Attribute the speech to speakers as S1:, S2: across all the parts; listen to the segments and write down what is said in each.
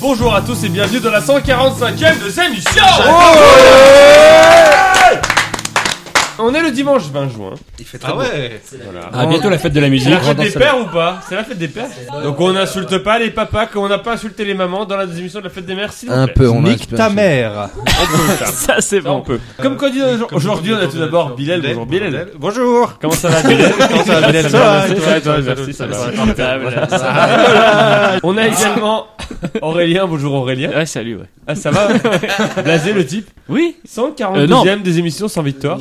S1: Bonjour à tous et bienvenue dans la 145ème de cette émission On est le dimanche 20 juin.
S2: Il fait très
S3: Ah
S2: beau.
S3: ouais
S1: Voilà.
S4: Ah, bientôt la fête de la
S1: C'est
S4: musique.
S1: la fête des
S4: Redance-
S1: pères ou pas C'est la fête des pères Donc on n'insulte pas les papas comme on n'a pas insulté les mamans dans la émission de la fête des mères, s'il vous plaît.
S2: on
S5: Nique ta mère
S1: On peut ça.
S4: Ça, c'est
S1: Ça, on
S4: bon.
S1: peut. Comme quand dit aujourd'hui, on a tout d'abord Bilal. Bonjour Bilal.
S2: Bonjour
S1: Comment ça va Bilal Comment ça va Bilal
S2: Ça va,
S1: merci, toi,
S2: et
S1: toi, Merci, ça va.
S4: Table.
S1: On a également Aurélien. Bonjour Aurélien.
S4: Ouais, salut, ouais.
S1: Ah ça va Blasé le type
S4: Oui,
S1: 142
S4: Euh,
S1: e des émissions sans victoire.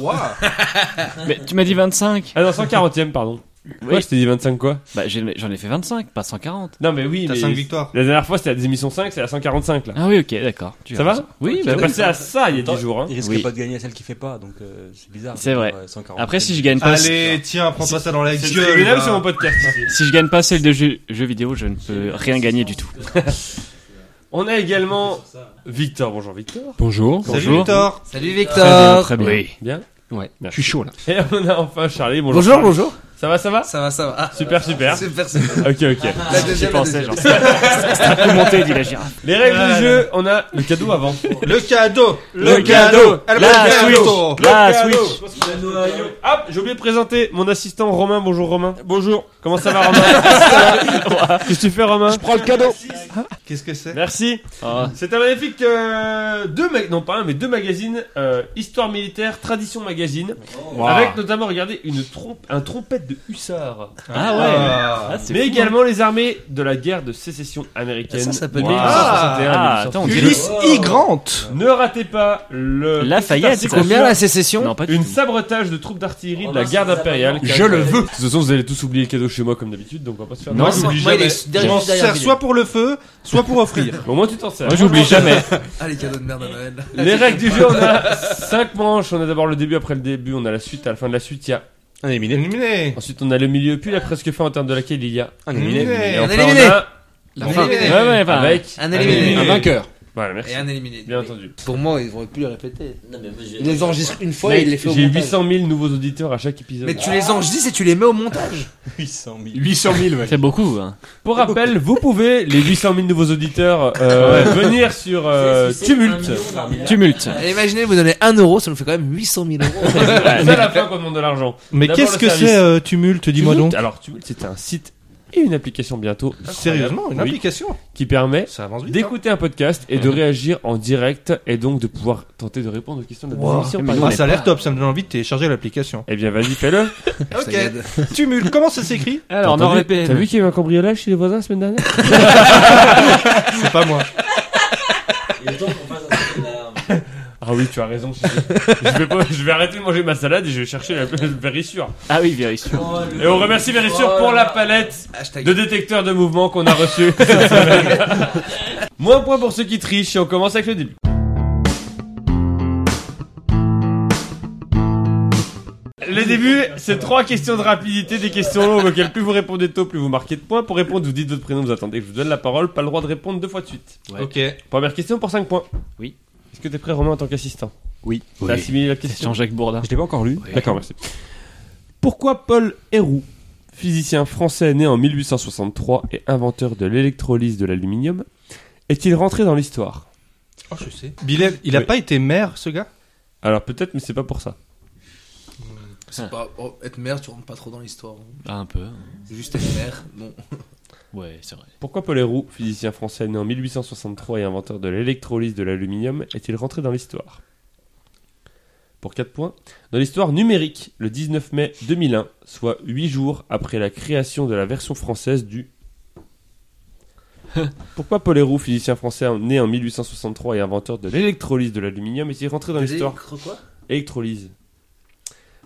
S4: mais tu m'as dit 25.
S1: Ah non, 140ème, pardon. Moi,
S4: Oui.
S1: je t'ai dit 25 quoi
S4: Bah, j'ai- j'en ai fait 25, pas 140.
S1: Non, mais oui,
S2: T'as
S1: mais
S2: 5 victoires.
S1: la dernière fois, c'était la émission 5, c'est la 145 là.
S4: Ah oui, ok, d'accord. Tu
S1: ça
S4: as
S1: va
S4: raison. Oui, bah
S1: T'es
S4: oui.
S1: passé à ça il y a 10 jours. Hein.
S6: Il risque
S4: Oui.
S6: pas de gagner à celle qui fait pas, donc euh, c'est bizarre.
S4: C'est vrai.
S6: Euh, 140.
S4: Après, si je gagne pas,
S2: Allez, tiens, prends-toi ça dans la
S1: C'est
S2: gueule
S1: tribunal,
S2: là.
S1: c'est mon podcast ici.
S4: si je gagne pas celle de jeux jeux vidéo, je ne peux rien gagner du tout.
S1: On a également Victor. Bonjour Victor.
S4: Bonjour.
S2: Salut
S4: Bonjour.
S2: Victor
S5: Salut
S4: Très bien. Oui.
S1: Bien.
S4: Ouais.
S1: Merci.
S4: Je suis chaud là.
S1: Et on a enfin Charlie. Bonjour.
S5: Bonjour,
S1: Charlie.
S5: bonjour
S1: Ça va, ça va
S5: Ça va, ça va. Ah,
S1: Super, super.
S5: super, super.
S1: Ok, ok.
S5: La deuxième, la
S4: pensais,
S5: deuxième.
S4: Ah, genre. C'est un peu monté, dit la girafe.
S1: Les règles
S2: Voilà.
S1: du jeu, on a le cadeau avant.
S2: Le cadeau
S4: Le cadeau.
S2: Elle
S4: La
S2: prend le
S4: Switch.
S2: cadeau.
S4: Là,
S1: cadeau.
S4: Ah, Switch.
S1: Ah, Hop, j'ai oublié de présenter mon assistant Romain. Bonjour Romain. Bonjour. Comment ça va Romain Qu'est-ce que tu fais Romain
S4: Prends le cadeau.
S2: Qu'est-ce que c'est
S1: Merci. C'est un magnifique euh, deux ma- non pas un mais deux magazines euh, histoire militaire tradition magazine avec notamment regardez une trompe un trompette de hussard
S4: Ah ouais.
S2: Ah.
S4: Ah, c'est
S1: mais
S4: fou, hein.
S1: également les armées de la guerre de sécession américaine
S5: Ça, ça peut être
S1: Wow.
S5: bien.
S4: Ah, attends, on dirait.
S2: Ulysse
S5: I Grant
S1: ne ratez pas le
S4: Lafayette,
S1: c'est
S4: ça.
S5: Combien la sécession
S4: Non, pas du
S1: une
S4: tout.
S1: sabretage de troupes d'artillerie de la garde impériale
S4: Je le
S1: veux de toute façon vous allez tous oublier le cadeau chez moi comme d'habitude donc on va pas se faire
S4: Non,
S1: de-
S4: c'est-
S5: Moi,
S2: J'oublie
S5: il
S2: jamais.
S5: est
S2: Je
S5: derrière,
S2: m'en
S5: derrière
S2: sers
S5: Bilal.
S2: soit pour le feu, soit pour offrir.
S1: au moins tu t'en sers
S4: Moi, j'oublie jamais.
S5: Ah, les cadeaux de merde à Noël.
S1: Les règles du jeu, on a 5 manches. On a d'abord le début, après le début, on a la suite. À la fin de la suite, il y a.
S2: Un éliminé. Éliminé
S1: Ensuite, on a le milieu, puis la presque fin en termes de laquelle il y a.
S2: Un éliminé
S5: Un
S1: enfin,
S5: éliminé.
S1: on a
S5: La fin.
S4: Ouais, ouais, enfin,
S1: Avec.
S5: Un éliminé.
S2: Un
S5: vainqueur.
S1: Voilà, merci.
S5: Et un éliminé.
S1: Bien entendu.
S5: Pour moi, ils auraient pu le répéter.
S6: je.
S5: Ils les enregistrent une fois et
S1: Mec,
S5: ils les font au
S1: J'ai
S5: montage.
S1: 800 000 nouveaux auditeurs à chaque épisode.
S5: Mais tu les enregistres et tu les mets au montage.
S6: 800 000.
S4: 800 000, ouais. C'est beaucoup, hein.
S1: Pour rappel, vous pouvez, les 800 000 nouveaux auditeurs, euh,
S2: Ah
S1: venir sur euh, Tumulte.
S4: Tumulte.
S5: Allez, imaginez, vous donnez 1 euro, ça nous fait quand même 800 000 euros.
S1: C'est à la fin qu'on demande de l'argent.
S2: Mais
S1: D'abord
S2: qu'est-ce
S1: le
S2: que
S1: service. Ah,
S2: c'est euh, Tumulte Dis-moi
S1: Tumulte,
S2: donc.
S1: Alors, Tumulte, c'est un site et une application bientôt.
S2: Sérieusement, une
S1: Oui.
S2: application
S1: Qui permet
S2: Ça avance vite. hein.
S1: d'écouter un podcast et de réagir en direct et donc de pouvoir tenter de répondre aux questions de la
S2: Wow.
S1: émission. par
S4: Mais
S1: exemple.
S4: nous, on
S2: Ah,
S4: est
S2: ça a l'air
S4: pas-
S2: top, ça me donne envie de télécharger l'application.
S1: Eh bien, vas-y, fais-le.
S2: Ah,
S5: Ça gagne.
S2: Tumulte, comment ça s'écrit
S4: Alors,
S1: T'as entendu-
S4: NordVPN.
S1: T'as vu qu'il y avait un cambriolage chez les voisins la semaine dernière
S2: C'est pas moi.
S6: Il est temps qu'on fasse un truc d'alarme.
S1: Ah oui, tu as raison. si tu- je, vais pas- je vais arrêter de manger ma salade et je vais chercher la vérissure.
S4: Ah oui, bien sûr.
S6: Oh, le-
S1: Et on remercie vérissure pour la palette
S5: Hashtag.
S1: de détecteurs de mouvement qu'on a reçu cette semaine. Moins point pour ceux qui trichent et on commence avec le début. Le début, c'est trois questions de rapidité, des questions longues auxquelles plus vous répondez tôt, plus vous marquez de points. Pour répondre, vous dites votre prénom, vous attendez que je vous donne la parole, pas le droit de répondre deux fois de suite.
S4: Ouais.
S2: Ok.
S1: Première question pour 5 points.
S4: Oui.
S1: Est-ce que t'es prêt, Romain, en tant qu'assistant
S4: Oui.
S1: T'as assimilé la question
S4: Jean-Jacques Bourdin.
S1: Ah, l'ai pas encore lu.
S4: Oui.
S1: D'accord, merci. Pourquoi Paul Héroux, physicien français né en 1863 et inventeur de l'électrolyse de l'aluminium, est-il rentré dans l'histoire
S2: Oh, je sais. Bilal, il a
S1: Oui.
S2: pas été maire, ce gars
S1: Alors peut-être, mais c'est pas pour ça.
S5: C'est pas- oh, être mère, tu rentres pas trop dans l'histoire. hein.
S4: Ah, un peu.
S5: Juste être mère, bon.
S4: Ouais, c'est vrai.
S1: Pourquoi Paul Héroux, physicien français né en 1863 et inventeur de l'électrolyse de l'aluminium, est-il rentré dans l'histoire Pour 4 points, dans l'histoire numérique, le 19 mai 2001, soit 8 jours après la création de la version française du... Pourquoi Paul Héroux, physicien français né en 1863 et inventeur de l'électrolyse de l'aluminium, est-il rentré dans l'histoire
S5: Quoi
S1: électrolyse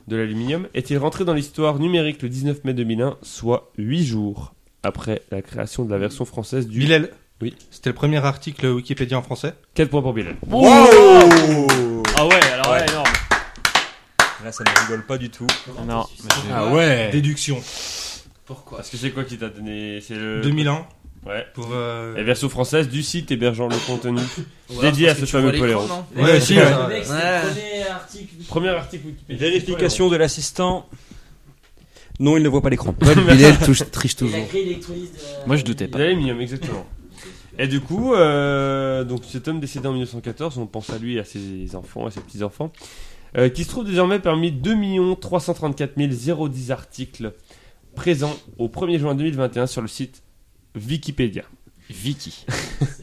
S1: de l'aluminium est-il rentré dans l'histoire numérique le 19 mai 2001, soit 8 jours après la création de la version française du...
S2: Bilal
S1: Oui.
S2: C'était le premier article Wikipédia en français
S1: 4 points pour Bilal.
S4: Ah ouais, alors ouais, énorme.
S6: Oh. Là, ça ne rigole pas du tout.
S4: Non,
S5: Ah ouais
S2: Déduction.
S5: Pourquoi
S1: Parce que c'est quoi qui t'a donné C'est le...
S2: 2001
S1: Ouais.
S2: pour. euh,
S1: La version française du site hébergeant le contenu.
S5: Ou alors
S1: Dédié
S5: parce
S1: à
S5: que
S1: ce
S5: tu vois
S1: fameux
S5: l'écran,
S1: Poléro.
S5: non
S2: Ouais, si, ouais.
S5: hein.
S6: Le mec, c'est le premier article.
S1: Premier article Wikipédia.
S6: Vérification de l'assistant. Non, il ne voit pas l'écran.
S5: Paul Bilal touche- triche
S6: Il a
S5: toujours.
S6: créé l'électrolyse de.
S4: Moi, je doutais pas.
S1: L'aluminium, exactement. Et du coup, euh, donc cet homme décédé en 1914, on pense à lui, et à ses enfants, à ses petits-enfants, euh, qui se trouve désormais parmi 2 334 010 articles présents au 1er juin 2021 sur le site Wikipédia.
S4: Vicky.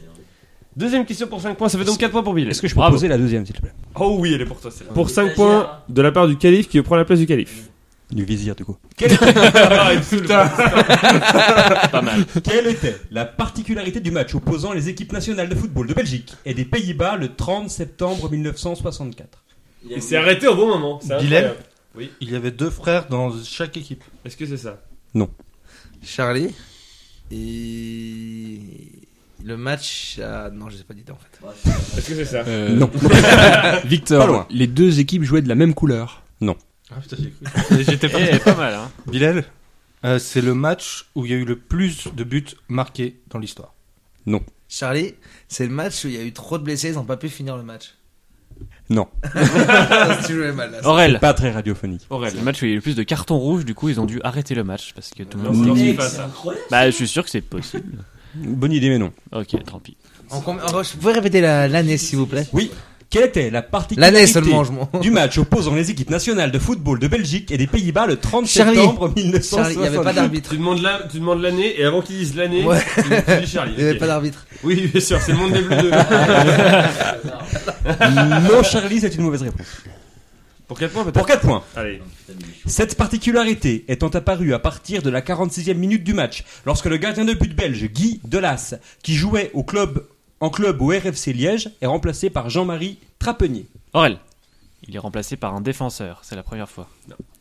S1: Deuxième question pour 5 points, ça fait donc 4 points pour Bill.
S3: Est-ce que je peux poser la deuxième, s'il te plaît
S1: Oh oui, elle est pour toi celle-là. Pour 5 points de la part du calife qui prend la place du calife.
S3: Du vizir, du coup.
S1: Ah,
S4: Pas mal.
S7: Quelle était la particularité du match opposant les équipes nationales de football de Belgique et des Pays-Bas le 30 septembre 1964
S1: Il s'est arrêté au bon moment. c'est
S2: Bilal
S1: incroyable.
S2: Il y avait deux frères dans chaque équipe.
S1: Est-ce que c'est ça
S5: Charlie. Et. Le match. ah, Non, je ne sais pas d'idée en fait.
S1: Est-ce que c'est ça
S6: Euh,
S3: Non.
S7: Victor.
S3: Pas loin. Les deux équipes jouaient de la même couleur.
S2: Ah putain, j'ai cru.
S4: J'étais pas mal, hein.
S2: Bilal, euh, c'est le match où il y a eu le plus de buts marqués dans l'histoire.
S5: Charlie, c'est le match où il y a eu trop de blessés, ils n'ont pas pu finir le match.
S3: Non.
S5: Ah, tu jouais mal là.
S4: Aurel.
S3: Pas très radiophonique.
S4: Aurel. Le match où il y a eu le plus de cartons rouges, du coup, ils ont dû arrêter le match parce que tout le
S1: Non,
S4: monde.
S1: non,
S4: s'était-
S1: c'est
S6: Mec,
S1: pas
S6: c'est
S1: ça.
S6: incroyable.
S4: Bah, je suis sûr que c'est possible.
S3: Bonne idée, mais non.
S4: Ok, tant pis.
S5: En combien- en- Vous pouvez répéter la- l'année s'il vous plaît
S7: Oui. Quelle était la
S5: L'année
S7: particularité
S5: seulement, je m'en.
S7: du match opposant les équipes nationales de football de Belgique et des Pays-Bas le 30
S5: Charlie.
S7: septembre
S5: Charlie, il n'y
S7: 1964
S5: avait pas d'arbitre.
S1: Tu demandes, la- tu demandes l'année et avant qu'ils disent l'année,
S5: Ouais.
S1: tu, tu dis Charlie.
S5: Il n'y avait
S1: ok.
S5: pas d'arbitre.
S1: Oui, bien sûr, c'est le monde des bleus 2.
S7: Non, Charlie, c'est une mauvaise réponse.
S1: Pour 4 points
S7: Pour
S1: peut-être
S7: 4 points.
S1: Allez.
S7: Cette particularité étant apparue à partir de la 46e minute du match, lorsque le gardien de but belge Guy Delas, qui jouait au club, en club au RFC Liège, est remplacé par Jean-Marie Trapenier.
S4: Aurel. Il est remplacé par un défenseur, c'est la première fois.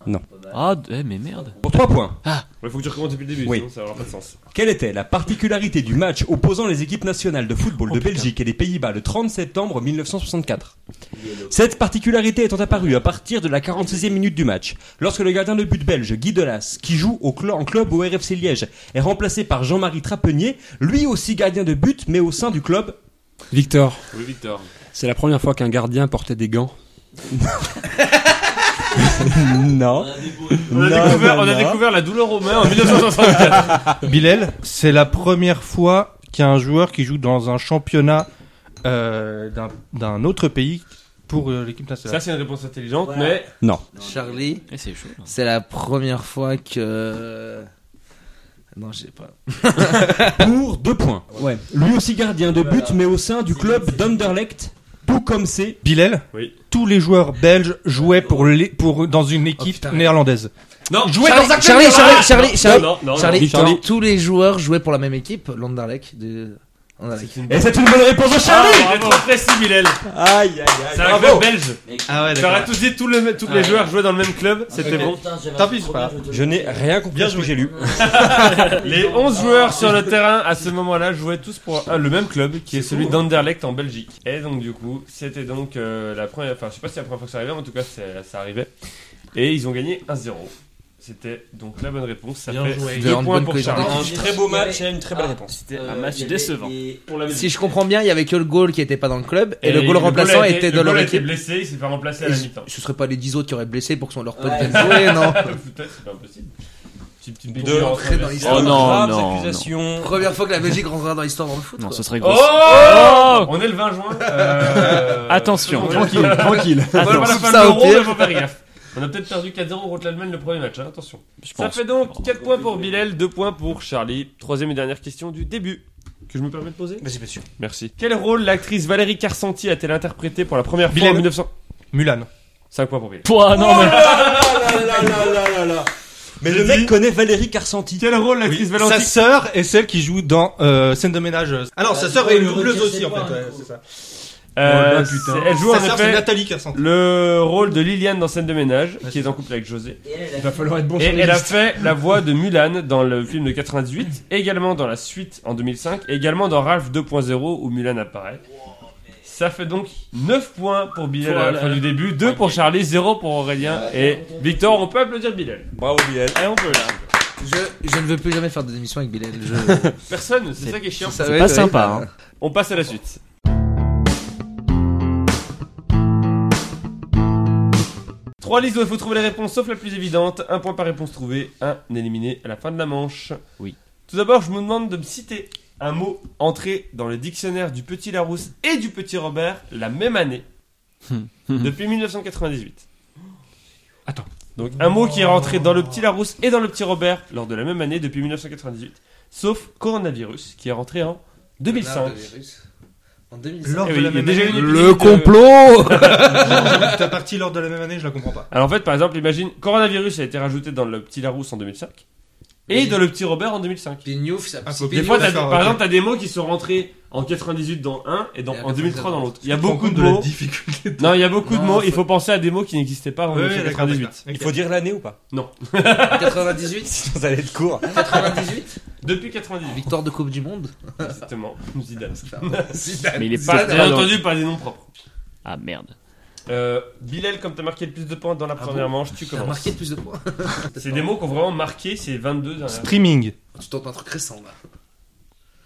S3: Non.
S4: Ah, d- eh, mais merde.
S7: Pour 3 points,
S1: Il faut que tu recommences depuis le début,
S7: Oui.
S1: sinon ça n'aura pas de sens.
S7: quelle était la particularité du match opposant les équipes nationales de football de Belgique et des Pays-Bas le 30 septembre 1964 Cette particularité étant apparue à partir de la 46e minute du match, lorsque le gardien de but belge Guy Delas, qui joue au cl- en club au RFC Liège, est remplacé par Jean-Marie Trapenier, lui aussi gardien de but, mais au sein du club
S3: Victor,
S1: Oui, Victor.
S3: c'est la première fois qu'un gardien portait des gants.
S6: On
S3: non.
S6: a des bruits.
S1: On a,
S3: Non,
S1: découvert,
S3: non,
S1: on a
S3: non.
S1: découvert la douleur aux mains en 1964.
S2: Bilal, c'est la première fois qu'il y a un joueur qui joue dans un championnat euh, d'un- d'un autre pays pour euh, l'équipe
S1: ça,
S2: nationale.
S1: c'est une réponse intelligente,
S6: Voilà.
S1: mais
S3: Non.
S5: Charlie,
S4: Et c'est chaud. hein.
S5: c'est la première fois que. Non, je sais pas.
S7: pour 2 points. Ouais. Lui aussi gardien de but, mais au sein du club d'Anderlecht, tout comme c'est
S2: Bilal,
S1: Oui.
S2: tous les joueurs belges jouaient pour les- pour, dans une équipe
S5: putain.
S2: néerlandaise.
S1: Non,
S2: Jouer
S5: Charlie,
S2: dans un club
S5: Charlie,
S2: néerlandais.
S5: Charlie, Charlie, Charlie,
S1: non, non, non,
S5: Charlie,
S1: non.
S5: Charlie, tous les joueurs jouaient pour la même équipe, l'Anderlecht de Anderlecht.
S1: C'est une-
S7: Et c'est une bonne réponse de
S1: Ah,
S7: Charlie
S1: il est trop précis, Bilal.
S7: Aïe aïe aïe
S1: C'est un club belge.
S2: Ah ouais,
S1: T'aurais tous dit tous les, tous les joueurs jouaient dans le même club, c'était bon.
S6: Putain, j'avais
S2: Tant
S6: un
S2: pis, c'est
S6: problème,
S2: pas grave.
S6: je te le
S7: Je n'ai rien compris à ce que j'ai lu.
S1: Les 11 joueurs sur le terrain à ce moment-là jouaient tous pour un- le même club qui est celui d'Anderlecht en Belgique. Et donc du coup, c'était donc euh, la première enfin je sais pas si c'est la première fois que ça arrivait, mais en tout cas c'est- ça arrivait. Et ils ont gagné 1-0. C'était donc la bonne réponse, ça
S6: Bien
S1: fait
S6: joué.
S1: 2
S5: Le
S1: points
S5: handball
S1: pour
S5: que j'adore.
S1: Charlie.
S6: Un très beau match
S7: et une très
S6: belle
S7: réponse.
S4: C'était
S6: Euh,
S4: un match
S6: il y avait-
S4: décevant.
S6: et-
S1: Pour la
S5: Si
S1: Belgique.
S5: je comprends bien, il y avait que le goal qui était pas dans le club et,
S1: Et
S5: le goal remplaçant
S1: goal a été-
S5: était de
S1: le goal
S5: leur
S1: a été
S5: équipe.
S1: blessé, il s'est fait remplacer à
S5: Et
S1: la
S5: je-
S1: mi-temps.
S5: Ce serait pas les 10 autres qui auraient blessé pour que son leur pote
S6: Ouais.
S5: vienne jouer, non
S1: Peut-être, c'est pas impossible. Petite petite
S5: Deux
S1: bourrure
S5: entrées dans
S1: entre-
S5: l'histoire.
S4: Oh non,
S7: Graves
S4: non, non.
S7: accusations.
S5: Première fois que la Belgique rentrera dans l'histoire dans le foot.
S4: Non,
S5: quoi.
S4: ce serait
S1: Oh,
S4: gros.
S5: Oh
S1: On est le 20 juin. euh,
S4: Attention.
S1: seconde guerre
S3: tranquille.
S1: On va
S5: Attends,
S1: pas la
S5: soupe
S1: fin de
S5: ça au
S1: l'Euro,
S5: pire.
S1: mais faut faire gaffe. On a peut-être perdu 4-0 contre l'Allemagne le premier match, hein, attention.
S4: Je
S1: Ça
S4: pense.
S1: fait donc 4 points pour Bilal, 2 points pour Charlie. Troisième et dernière question du début. Que je me permets de poser
S7: Vas-y, bien sûr.
S1: Merci. Quel rôle l'actrice Valérie Carcenti a-t-elle interprété pour la première fois
S2: Bilal.
S1: en 1900
S2: Mulan.
S1: 5 points pour Bilal.
S4: Toi, non,
S1: Oh,
S4: mais.
S7: Mais le mec connaît Valérie Carcenti.
S1: Quel rôle l'actrice Valérie
S2: Sa sœur est celle qui joue dans euh, Scène de ménage. Ah non, sa sœur est une doubleuse aussi en fait. ouais, c'est ça.
S1: Euh,
S2: Oh, putain.
S1: c'est- Elle joue en
S2: Sa sœur c'est
S1: effet
S2: Nathalie Carcenti.
S1: le rôle de Liliane dans Scène de ménage, qui est en couple avec José.
S6: Et elle, elle a-
S1: Et elle a fait la voix de Mulan dans le film de 98, également dans la suite en 2005, et également dans Ralph 2.0 où Mulan apparaît. Ça fait donc 9 points pour Bilal à la fin du début, 2 pour Charlie, 0 pour Aurélien et Victor. On peut applaudir Bilal.
S7: Bravo Bilal.
S1: Allez, on peut là.
S5: Je, je ne veux plus jamais faire de démission avec Bilal. Je...
S1: Personne, c'est ça qui est chiant.
S5: Ça
S4: C'est
S5: va
S4: pas
S5: être-
S4: sympa, hein.
S1: On passe à la suite. Trois listes où il faut trouver les réponses sauf la plus évidente. Un point par réponse trouvée, un éliminé à la fin de la manche.
S4: Oui.
S1: Tout d'abord, je me demande de me citer un mot entré dans le dictionnaire du Petit Larousse et du Petit Robert la même année, depuis 1998.
S3: Attends.
S1: Donc un mot qui est rentré dans le Petit Larousse et dans le Petit Robert lors de la même année depuis 1998, sauf coronavirus qui est rentré en 2005.
S5: En 2005.
S1: Eh oui, il y a déjà eu une euh,
S3: Le complot
S2: Ta partie lors de la même année, je la comprends pas.
S1: Alors en fait, par exemple, imagine, coronavirus a été rajouté dans le Petit Larousse en 2005 et
S5: Mais-
S1: dans le Petit Robert en 2005.
S5: Puis Newf, ça
S2: Ah, faut
S5: participe.
S1: Des fois, t'as-
S2: d'accord,
S1: par
S2: ok.
S1: exemple, t'as des mots qui sont rentrés en 98 dans un et dans,
S5: Et
S1: en
S5: après,
S1: 2003 dans
S5: ça-
S1: l'autre. Il y a beaucoup de mots.
S2: difficulté.
S1: Non, il y a beaucoup de
S5: Non,
S1: mots.
S5: faut-
S1: Il faut penser à des mots qui n'existaient pas en 1998.
S6: Il faut dire l'année ou pas
S5: 98
S6: Sinon, ça allait être court.
S5: 98
S1: Depuis 98,
S5: Victoire de Coupe du Monde
S1: exactement. Zidane.
S4: Mais il est pas.
S1: Pas, bien
S4: dans-
S1: entendu, pas des noms propres.
S4: Ah merde.
S1: Euh, Bilal, comme t'as marqué le plus de points dans la
S5: Ah
S1: première
S5: bon
S1: manche, tu
S5: T'as
S1: commences.
S5: marqué plus de points
S1: C'est des mots qui ont vraiment marqué ces 22 dernières.
S2: Streaming.
S5: Tu tentes un truc récent là.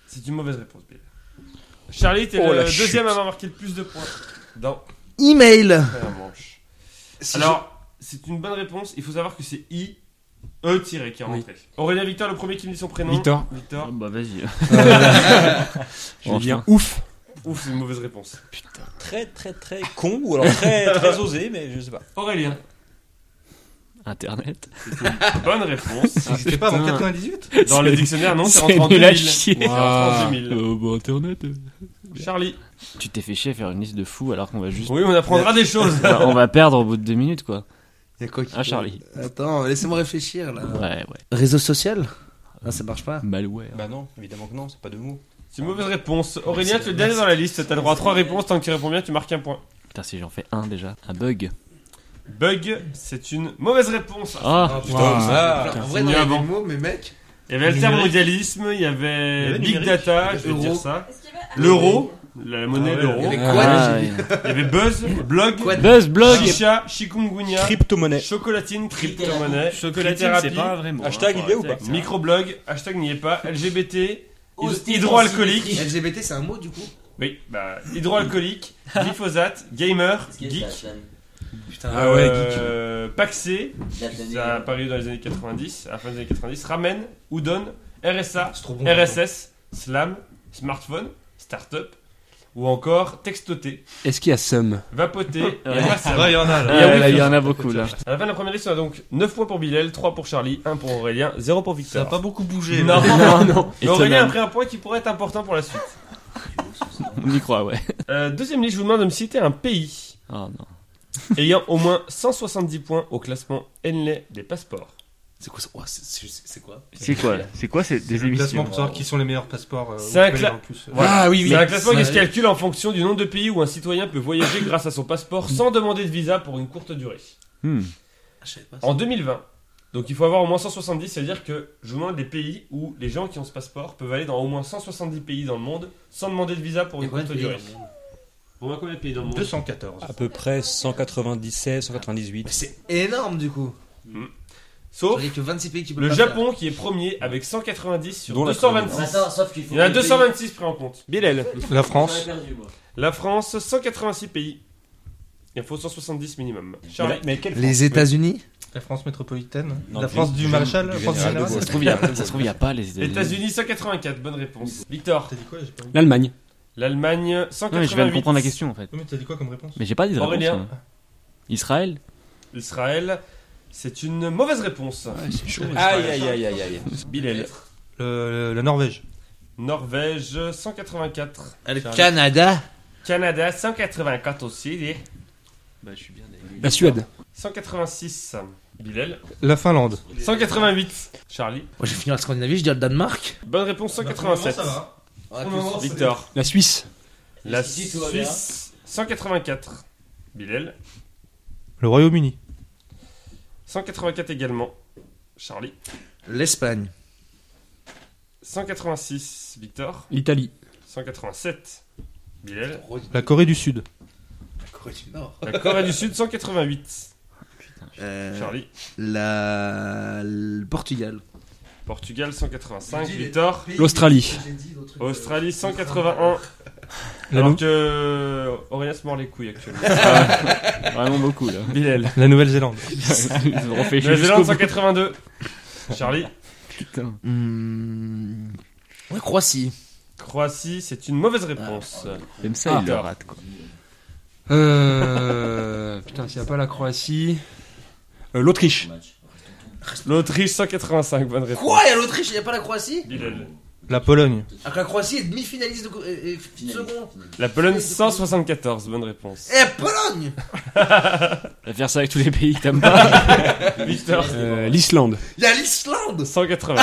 S1: C'est une mauvaise réponse, Bilal. Charlie, t'es
S4: Oh,
S1: le
S4: la
S1: deuxième
S4: chute.
S1: à avoir marqué le plus de points dans
S5: Email
S1: la première manche.
S5: Si
S1: Alors, c'est une bonne réponse. Il faut savoir que c'est I. E tiré qui est rentré. Aurélien Victor, le premier qui me dit son prénom.
S3: Victor.
S1: Victor.
S4: bah vas-y.
S3: Je viens ouf.
S1: Ouf, c'est une mauvaise réponse.
S6: Très, très, très con ou alors très, très osé, mais je sais pas.
S1: Aurélien.
S4: Internet.
S1: Bonne réponse.
S2: Ça n'existait Ah, pas avant
S4: putain.
S2: 98
S1: Dans le dictionnaire, non, c'est
S4: C'est
S1: rentré en
S4: nul à
S1: 2000.
S4: chier.
S1: C'est rentré en 2000.
S3: internet.
S1: Charlie.
S4: Tu t'es fait chier à faire une liste de fous alors qu'on va juste.
S1: Oui, on apprendra des choses.
S4: Bah, on va perdre au bout de deux minutes quoi.
S5: Y'a quoi qui-
S4: Ah, Charlie.
S5: Attends, laissez-moi réfléchir là.
S4: Ouais, ouais.
S5: Réseau social Ah, ça marche pas.
S4: Malware.
S6: Bah non, évidemment que non, c'est pas de mots.
S1: C'est une mauvaise réponse. Aurélien, tu es le dernier dans la liste. T'as le droit à 3 réponses. Tant que tu réponds bien, tu marques un point.
S4: Putain, si j'en fais un déjà. Un bug.
S1: Bug, c'est une mauvaise réponse.
S4: Ah
S2: Putain,
S5: Alors,
S2: ça.
S5: en
S1: c'est
S5: vrai, dans
S1: mieux
S5: les
S1: avant.
S5: mots, mais mec.
S1: Il y avait le terme
S2: Numérique.
S1: mondialisme, il y
S2: Il y
S1: avait
S2: avait
S1: big
S2: numérique.
S1: data, je vais
S5: Euro.
S1: dire ça.
S8: Est-ce qu'il y avait-
S1: L'euro, la monnaie
S2: Ah ouais,
S1: l'euro.
S5: Il y avait
S1: Il
S5: quoi
S4: Ah,
S1: y
S4: ouais.
S1: avait buzz, blog,
S5: Quad.
S4: Buzz blog.
S1: chicha, chikungunya,
S6: Crypto-monnaie.
S1: chocolatine, crypto-monnaie,
S4: Chocolatine,
S1: chocolatérapie,
S4: c'est pas vraiment.
S6: Hashtag, il y a ou pas
S1: microblog, hashtag n'y est pas, LGBT,
S8: Hydro-
S1: hydroalcoolique,
S5: LGBT, c'est un mot du coup
S1: oui, bah, hydroalcoolique, glyphosate, gamer, geek,
S5: Putain.
S3: Ah ouais,
S1: euh, paxé, ça a apparu dans les années 90, à la fin des années 90, ramen, udon, RSA,
S5: C'est trop bon.
S1: RSS, slam, smartphone, startup, ou encore textoter,
S3: Est-ce qu'il y a Sum
S1: vapoter et
S4: Ouais.
S1: WhatsApp.
S2: il y en a
S4: Ah,
S2: là.
S4: ouais, là, il y en a beaucoup là.
S1: À la fin de la première liste, on a donc 9 points pour Bilal, 3 pour Charlie, 1 pour Aurélien, 0 pour
S2: Ça
S1: Victor.
S2: n'a pas beaucoup bougé.
S1: Non,
S4: non, non.
S1: Mais Aurélien a pris un point qui pourrait être important pour la suite.
S4: On y croit, ouais.
S1: Euh, deuxième liste, je vous demande de me citer un pays
S4: Oh non.
S1: ayant au moins 170 points au classement Henley des passeports.
S5: C'est quoi ça Oh, c'est- C'est c'est quoi
S4: C'est quoi C'est quoi ces des
S2: Le classement pour savoir qui sont les meilleurs passeports. euh,
S1: C'est un
S2: où tu peux
S1: cla-
S2: aller en plus.
S1: Voilà.
S3: Ah oui, oui.
S1: C'est un classement qui se
S5: ça-
S1: calcule en fonction du nombre de pays où un citoyen peut voyager grâce à son passeport sans demander de visa pour une courte durée.
S4: Hmm.
S5: Ah, Je savais pas. ça.
S1: En 2020. Donc il faut avoir au moins 170, c'est-à-dire que je vous demande des pays où les gens qui ont ce passeport peuvent aller dans au moins 170 pays dans le monde sans demander de visa pour
S5: Il y a
S1: une
S5: combien
S1: courte
S5: de pays
S1: durée.
S5: dans le monde
S1: Au moins combien de pays dans le monde
S2: 214.
S6: À peu près 197, 198.
S5: Mais C'est énorme du coup.
S1: Sauf
S5: Il y a que 26 pays qui peuvent
S1: Oh. le
S5: pas
S1: Japon qui est premier avec 190 sur
S6: Dont la
S1: 226. Il y en a 226 pris en compte. Bilal.
S2: La France.
S6: Ah,
S1: La France, 186 pays. Il faut 170 minimum. Charlie.
S6: Mais, mais quel
S5: faire. Les États-Unis
S2: La France métropolitaine.
S6: Non,
S2: la
S6: du-
S2: France du,
S6: du-
S2: Maréchal.
S6: du
S4: Ah,
S2: La France
S6: général de
S2: générale.
S6: Gaulle.
S4: Ça se trouve, il y a- ça se trouve, il n'y a pas les États-Unis.
S1: États-Unis 184, bonne réponse. Victor.
S2: T'as dit quoi J'ai pas vu.
S3: L'Allemagne.
S1: L'Allemagne
S4: Non, mais
S1: 188.
S4: je viens de comprendre la question en fait.
S2: Oui, mais t'as dit quoi comme réponse
S4: Mais j'ai pas dit de réponse.
S1: Aurélien.
S4: moi. Israël
S1: Israël, c'est une mauvaise réponse.
S4: c'est chaud.
S6: Aïe, aïe, aïe, aïe, aïe.
S1: Bilal.
S2: Le- La Norvège.
S1: Norvège 184.
S5: Euh, Le
S1: Charlie.
S5: Canada
S1: Canada 184 aussi. dis.
S4: je suis bien
S1: 186. Bilal.
S2: La Finlande.
S1: 188. Charlie.
S5: Moi j'ai fini la Scandinavie, je dis le Danemark.
S1: Bonne réponse
S6: Bah,
S2: Bah,
S1: 187. Victor.
S3: La Suisse.
S1: La
S6: Ici, tout va bien.
S1: Suisse 184. Bilal.
S2: Le Royaume-Uni.
S1: 184 également. Charlie.
S5: L'Espagne.
S1: 186. Victor.
S3: L'Italie.
S1: 187. Bilal.
S2: La Corée du Sud.
S5: La Corée du Nord.
S1: La Corée du Sud 188.
S5: Euh.
S1: Charlie.
S5: La... Le Portugal.
S1: Portugal 185. Victor.
S3: L'Australie.
S1: Australie 181.
S2: La,
S1: Alors
S2: Nou-
S1: que Aurélien se mord les couilles actuellement.
S4: Vraiment beaucoup là.
S1: Bilal.
S2: la Nouvelle-Zélande.
S4: Ils ont refait
S1: La
S4: jusqu'au
S1: Zélande
S4: bout.
S1: 182. Charlie.
S4: Putain.
S5: Hmm, La Croatie.
S1: Croatie, c'est une
S5: Ah,
S1: mauvaise réponse.
S4: Même ça,
S1: Ah.
S4: il le rate, quoi.
S3: Euh... Putain, s'il n'y a pas la Croatie...
S7: Euh, L'Autriche.
S1: L'Autriche, 185, bonne réponse.
S5: Quoi Il y a l'Autriche, il n'y a pas la Croatie
S1: Bilal.
S2: La Pologne.
S5: Alors que la Croatie est demi-finaliste de cou- euh, euh, second.
S1: La Pologne, 174, bonne réponse.
S5: Et la Pologne
S4: Faire ça avec tous les pays que t'aimes pas.
S5: Ah,
S1: Victor,
S3: Euh, L'Islande.
S5: Il y a l'Islande
S1: 180.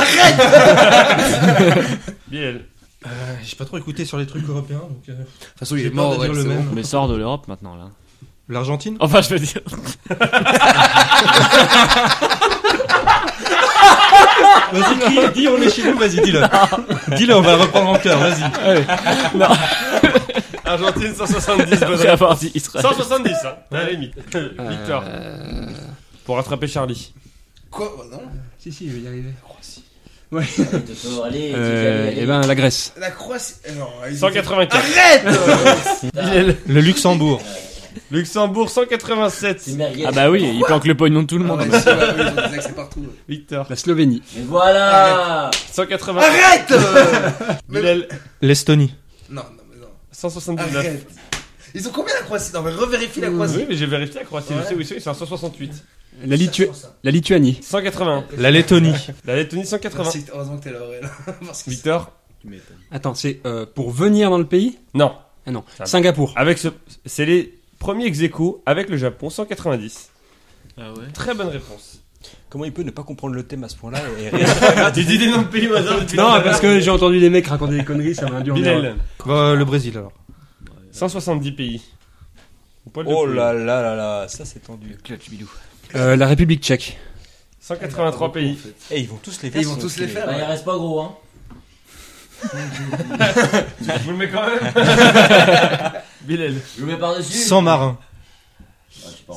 S1: Bilal.
S2: Euh, J'ai pas trop écouté sur les trucs européens, donc. euh,
S5: De toute façon,
S2: j'ai peur de dire le même.
S4: Mais sors de l'Europe maintenant, là.
S2: L'Argentine
S4: Enfin, je veux dire.
S2: Vas-y, dis, on est chez nous, vas-y, dis-le. Dis-le, on va reprendre en cœur, vas-y.
S1: Argentine, 170, bonne
S4: Après
S1: réponse.
S4: avoir dit Israël.
S1: 170, hein, à la limite.
S5: Ah.
S4: Euh,
S1: Victor. Pour rattraper Charlie.
S5: Quoi Bah Non.
S3: Si, si, je vais y arriver.
S6: Euh,
S3: Eh ben, la Grèce.
S5: La Croatie. Alors, ils-
S1: 184.
S5: Arrête
S1: Bilal.
S2: Le Luxembourg.
S1: Luxembourg, 187.
S4: Ah bah oui, il planque le pognon de tout le
S5: Ah
S4: monde.
S5: ouais, si, ouais, ouais, ils ont des accès partout. ouais.
S1: Victor.
S3: La Slovénie.
S6: Mais voilà
S1: 180.
S5: Arrête euh Mais-
S1: Bilal.
S2: L'Estonie.
S5: Non, non, mais non.
S1: 179.
S5: Arrête Ils ont combien la Croatie Non, mais revérifie la Croatie.
S1: Oui, mais j'ai vérifié la Croatie, je
S5: Ouais.
S1: sais où ils sont, ils sont à 168.
S3: La, Litu-
S5: Ça, ça.
S3: la Lituanie.
S1: 180.
S2: La Lettonie.
S1: La Lettonie, 180.
S5: Merci, Heureusement que t'es là, Aurélien. Parce que
S1: Victor.
S3: Attends, c'est euh, pour venir dans le pays
S1: Non.
S3: Ah non,
S1: Ça-
S3: Singapour.
S1: Avec ce. C'est les premiers ex aequo avec le Japon, 190.
S4: Ah ouais.
S1: Très bonne réponse.
S7: Comment il peut ne pas comprendre le thème à ce point-là et
S1: tu dis des noms de pays au hasard depuis
S3: Non, parce que j'ai entendu des mecs raconter des conneries, ça m'a induit en erreur.
S1: Bilal.
S2: Bah, le Brésil alors.
S1: 170 pays. Au poil de
S7: Oh
S1: couille.
S7: là là là là, ça c'est tendu.
S3: Euh, la République tchèque.
S1: 183 pays.
S7: Et ils vont tous les
S5: Ils
S7: faire.
S5: vont
S7: ce
S5: tous
S7: truc.
S5: les faire. ouais.
S6: reste pas gros, hein.
S1: Je vous le mets quand même. Bilal.
S6: Je le mets par-dessus.
S2: San Marin.